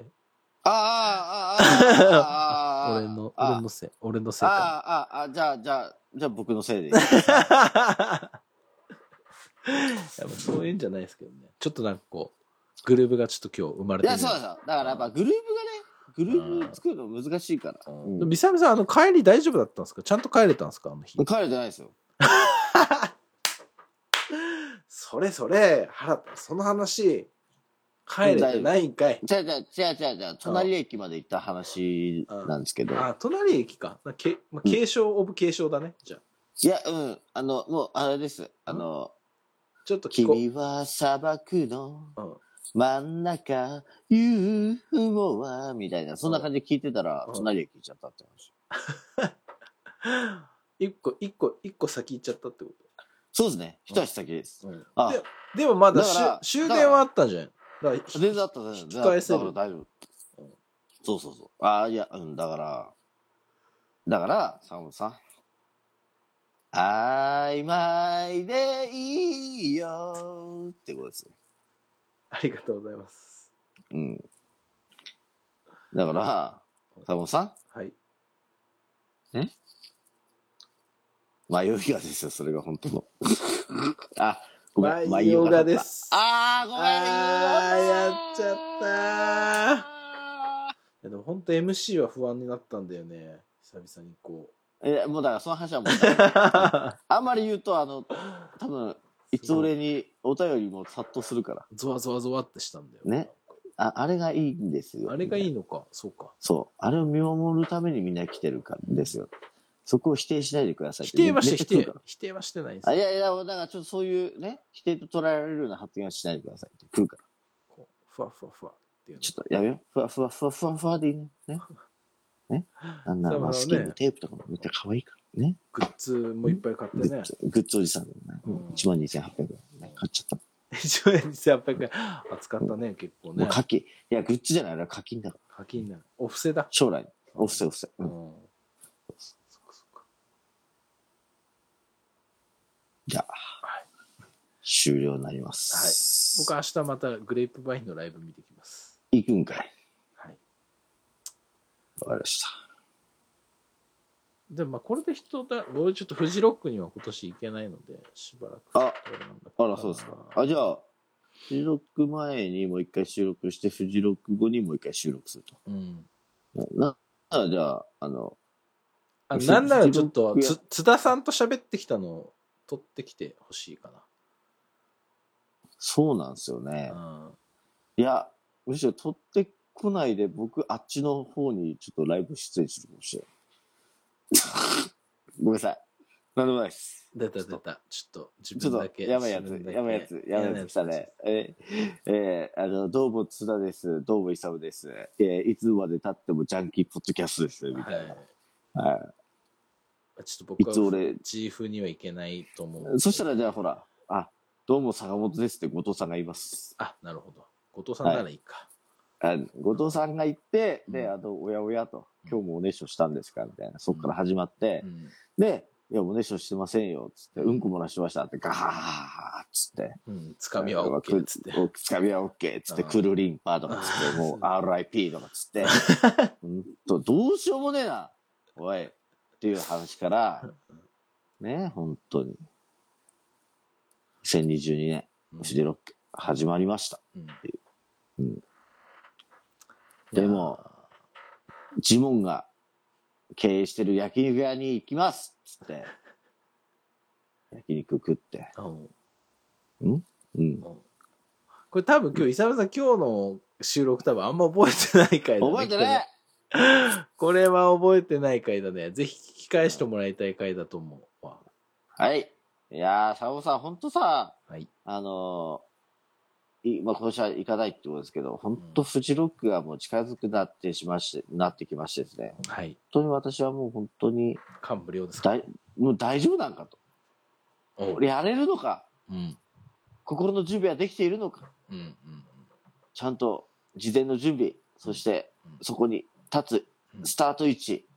B: ああ、ああ、ああ、ああ、
A: 俺の
B: ああ
A: 俺のせい俺のせいか
B: ああ、ああ、じゃあ、じゃあ、じゃあ僕のせ いで。
A: やっぱそういうんじゃないですけどねちょっとなんかこうグルーブがちょっと今日生まれ
B: い
A: て
B: や、そうだそう。だからやっぱグループがね、グループ作るの難しいから。
A: うんでも
B: うん
A: イサムさんあの帰り大丈夫だったんですかちゃんと帰れたんですかあの日
B: 彼じゃないですよ。
A: それそれ原田その話帰れてないんかい
B: じゃあ、じゃあ、じゃあ、じゃあ、じゃあ、隣駅まで行った話なんですけど。
A: あ隣駅かけ、まあ、軽症オブ軽症だねじゃあ
B: いや、うん。あの、もう、あれです。あの、
A: ちょっと聞こう
B: 君は砂漠の
A: うん
B: 真ん中、ユーモア、みたいな、そんな感じで聞いてたら
A: う、ん
B: 隣駅行っちゃったって話。
A: 一個一個一個先行っちゃったってこ
B: そうですね。一足先です。
A: と、うん
B: あ、
A: でもまだ
B: だから
A: 終終電はあったじゃんだから
B: 全然あった、全然。
A: 引き返せる
B: だから大丈
A: う
B: 夫
A: ん。
B: そうそうそう。ああ、いや、うん、だから、だから、坂本さん。曖昧でいいよってことですね。
A: ありがとうございます
B: うん。だから、坂本さん、
A: はい
B: 迷いがですよ、それが本当の。あ、ごめん、
A: マイヨガ
B: 迷い
A: で
B: だった。
A: す
B: あー、ごめん。
A: あーやっちゃった
B: ゃっ
A: いやでも本当 MC は不安になったんだよね久々にこ
B: た。え、もうだから、その話はもうダメ
A: う
B: あんまり言うと、あの、多分、 いつ俺にお便りも殺到するから。
A: ゾワゾワゾワってしたんだよ
B: ねあ、あれがいいんですよ。
A: あれがい
B: い。
A: いのかそうか
B: そう。あれを見守るためにみんな来てるからですよ。そこを否定しないでくださいっ
A: 否
B: て。
A: 定はして
B: めっ
A: 否
B: ち
A: 定
B: ゃ来るから
A: 否定はしてないんです
B: あい
A: よ
B: やいや、だからちょっとそういうね、否定と捉えられるような発言はしないでくださいって来るから。
A: こうふわふわふわっていう
B: ちょっとやめよう。ふわふわふわふわふわでいいね。ね。ね。あんな
A: そうだね
B: マスキングテープとかもめっちゃ可愛いからね。
A: グッズもいっぱい買って
B: グ
A: ね
B: ッズ、グッズおじさんだよね。
A: うん
B: 1万2800円。ね買っちゃった。
A: 1円2800円扱ったね結構
B: もう
A: ね
B: 課金。いや、グッズじゃない、あれは課金だから。
A: 課金なお布施だ
B: 将来、オフセオフセ。
A: う
B: うんん
A: そっかそっか
B: じゃあ、終了になります。
A: 僕は明日またグレープバインのライブ見てきます
B: 行くんかい。
A: はい
B: わかりました。
A: でもまあこれで人だ俺ちょっとフジロックには今年行けないのでしばらく
B: あ
A: あれなんだけ
B: あ
A: ど
B: ら、そうですか。あ、じゃあ、フジロック前にもう一回収録して、フジロック後にもう一回収録する
A: うん
B: と。な、ならじゃあ、あの、
A: あ
B: フジ
A: なんならちょっと
B: フジロックや
A: つ津田さんと喋ってきたのを取ってきてほしいか
B: そうなんですよね。
A: な、
B: いや、むしろ取ってこないで、僕、あっちの方にちょっとライブ出演するかも しれない。ごめんなさい。なんでもないです。
A: うん、出た出たちょっと自
B: ちょ
A: 分
B: っ
A: だ
B: と、
A: け
B: やばいや
A: 自分
B: つ、
A: だけ
B: やばいやつ、やばいやつ来たね。えー、えーあの、どうも津田です、どうもイサムです、えー、いつまで経ってもジャンキーポッドキャストです、みたい
A: はい
B: な。はい。
A: ちょっと
B: い
A: 僕
B: つ
A: は
B: 俺、
A: チーフにはいけないと思う。
B: そしたらじゃあほら、あ、どうも坂本ですって後藤さんがいます。
A: あ、なるほど。後藤さんならいいか。
B: あ後藤さんが行って、
A: う
B: で、
A: ん
B: あと、おやおやと、
A: うん
B: 今日もおねしょしたんですかみたいな、そこから始まって
A: う、ん。
B: で、いや、おねしょしてませんよ、つって、うんこ漏らしてましたって、ガーッつって、
A: うん。つかみは OK っつって。
B: おつかみは OK っつって、
A: うん
B: クルリンパーとかっつって、もう RIP とかっ つって、うんと、どうしようもねえな、おい、っていう話から、ね、本 当に。2022年、
A: うん
B: フジロック、始まりました。
A: う
B: うん
A: ん。
B: でもジモンが経営してる焼肉屋に行きますっ つって、焼肉食って。
A: いやー、うん
B: うん。
A: これ多分今日、伊沢さん今日の収録多分あんま覚えてない回だね。
B: 覚えてね
A: これは覚えてない回だね。ぜひ聞き返してもらいたい回だと思うわ。
B: はい。いやー、坂本さん、ほんとさ、
A: はい。
B: あのーいまあ、今年は行かないってことですけど、ほんとフジロックがもう近づくなってしまして、なってきましてですね。
A: はい。
B: 本当に私はもう本当に
A: 感無量ですか
B: 大、もう大丈夫なんかと。
A: うん。うん。
B: やれるのか
A: うん。
B: 心の準備はできているのか
A: うん。
B: ちゃんと事前の準備、そして
A: うん
B: そこに立
A: うん
B: つスタート位置、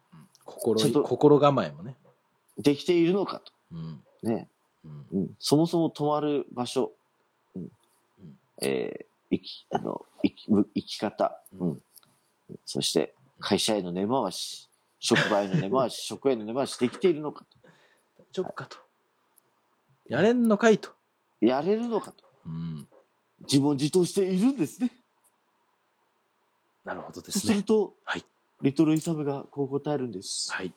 A: 心
B: ちょ
A: い、
B: っと
A: 心構えもね。
B: できているのか
A: うん。
B: と。ね。
A: うん。
B: うん。そもそも泊まる場所、うん
A: うん。
B: えー生き、あの、生き、む生き方、
A: う
B: うんん。そして、会社への根回し、職場への 根回し、職への根回しできているのか
A: ちょっかと。やれんのかいと。
B: と。やれるのかと。
A: うん。
B: 自問自答しているんですね。
A: なるほどで
B: そ
A: す
B: うする
A: ね。
B: と、
A: はい
B: リトルイサムがこう答えるんです。
A: はい。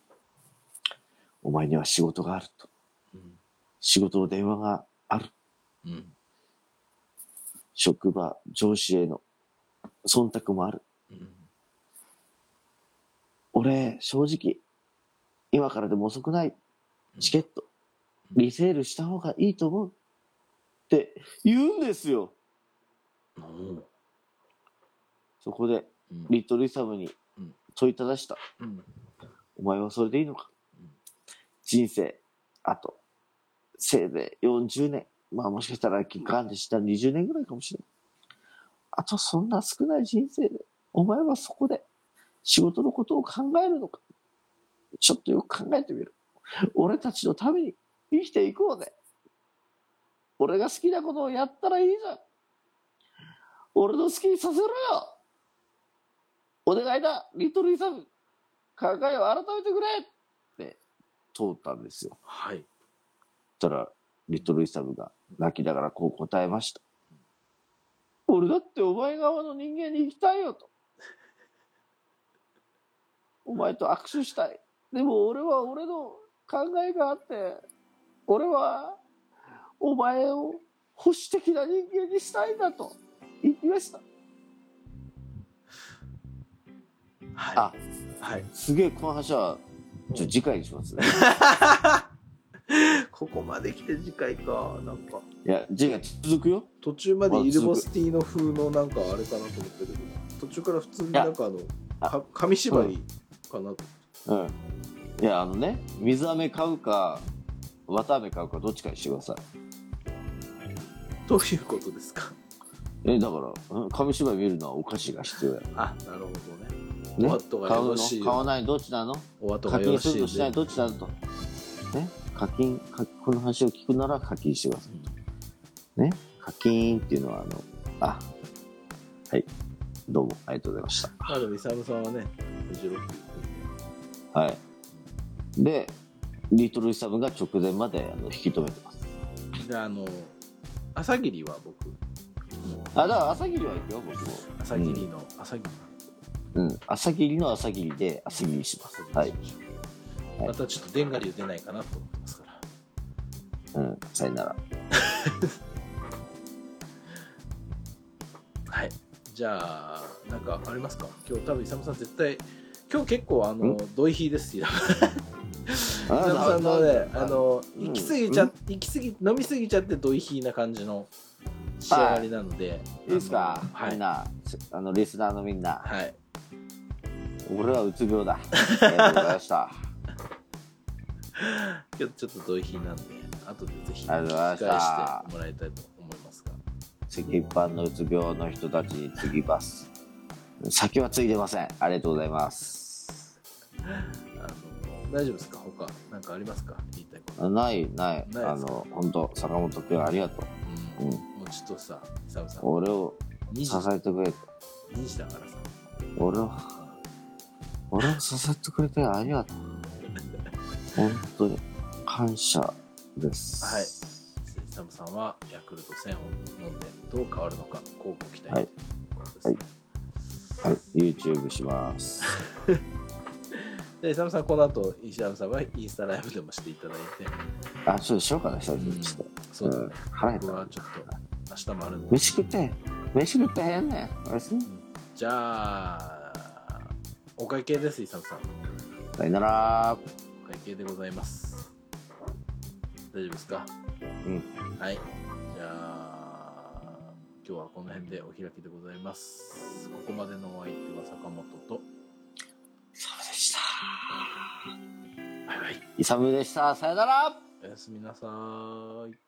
B: お前には仕事があると。
A: うん。
B: 仕事の電話がある。
A: うん。
B: 職場、上司への忖度もある。
A: うん。
B: 俺、正直、今からでも遅くない。チケット、
A: うん
B: リセールした方がいいと思う。って言うんですよ。
A: うん
B: そこで、
A: うん
B: リトルイサムに
A: うん
B: 問いただした。
A: うん。
B: お前はそれでいいのか
A: うん。
B: 人生、あと、せいぜい40年。まあもしかしたら、期間でしたら20年ぐらいかもしれない。あとそんな少ない人生で、お前はそこで仕事のことを考えるのか。ちょっとよく考えてみる。俺たちのために生きていこうぜ。俺が好きなことをやったらいいじゃん。俺の好きにさせろよお願いだ、リトルイサム。考えを改めてくれって通ったんですよ。
A: はい。
B: そしたら、リトルイサムが泣きながらこう答えました。俺だってお前側の人間に行きたいよと。お前と握手したい。でも俺は俺の考えがあって、俺はお前を保守的な人間にしたいんだと言いました。
A: は
B: あ
A: い。はい。
B: すげえ、この話は、ちょ、次回にしますね。
A: ここまで来て次回か。なんか。
B: いや、次回続くよ。
A: 途中までイルボスティーノ風のなんかあれかなと思ったけど途中から普通になんかあの
B: あ
A: か紙芝居かなと
B: うん。いや、あのね、水飴買うか、綿飴買うか、どっちかにしてください。
A: どういうことですか
B: え、だから、うん紙芝居見るのはお菓子が必要や。
A: あなるほどね
B: ね、
A: お後が
B: 買
A: よろ
B: うの
A: しいよ
B: 買わないどっちなの
A: お後
B: 課
A: がよ
B: 金
A: ろ
B: す
A: し
B: る
A: い
B: と
A: で
B: しないどっちなのと。ね、課金課この話を聞くなら課金してください。ね、課金っていうのは、あの、あ、はい。どうも、ありがとうございました。
A: まあでもイサムさんはねフジロック
B: はい。で、リトルイサムが直前まであの引き止めてます。
A: であの朝霧は僕
B: あ、だから朝霧は行くよ、僕も。
A: 朝霧の、朝霧
B: うん、朝霧の朝霧で朝霧にします
A: 朝。霧
B: はい。
A: にしましょうまたちょっと電ガリュー出ないかなと思ってますから
B: うん、さよなら。
A: はい。じゃあ、なんかありますか今日多分、イサムさん絶対、今日結構、あの、土井ひですよ。イサムさんのね、あの、
B: うん
A: 行き過ぎちゃ、行き過ぎ、飲み過ぎちゃって土井ひな感じの仕上がりなので。
B: いいです
A: あ
B: か
A: の、は
B: みん
A: い。
B: な、あの、リスナーのみんな、
A: はい。
B: 俺はうつ病だ。ありがとうございました。
A: 今日ちょっと同品なんで、後でぜひ
B: あり
A: 聞
B: が
A: き
B: と
A: 返
B: うございま
A: して
B: し
A: も
B: た
A: らいたいと思いますが。
B: 赤飯のうつ病の人たちに継ぎます先はついてませんありがとうございます
A: あの大丈夫ですか他何かありますか言いたいこと。
B: あないない
A: ない
B: あの本当坂本君ありがと
A: う
B: うんん
A: もうちょっとさ、サムさん、
B: う俺を
A: 2
B: 支
A: 時
B: えてくれて
A: 2時だからさ。
B: 俺を俺を支えてくれてありがとう本当に感謝です
A: はいサムさんはヤクルト1000を飲んでどう変わるのか、こうご期待、
B: はい
A: はい、
B: はい、YouTube します
A: で、サムさん、この後、石原さんはインスタライブでもしていただいて、
B: あそうしようかな久々にして
A: そうだね
B: ん、腹減っ
A: 僕
B: た
A: はちょっと明日もあるんで、
B: 飯食って飯食ってへんねんおやすみ
A: じゃあ、お会計です、イサムさん。
B: さよなら
A: お会計でございます。大丈夫ですか
B: うん
A: はい。じゃあ、今日はこの辺でお開きでございます。ここまでのお相手は坂本と、
B: サムでした
A: バイバイ。
B: イサムでしたさよなら
A: おやすみなさーい。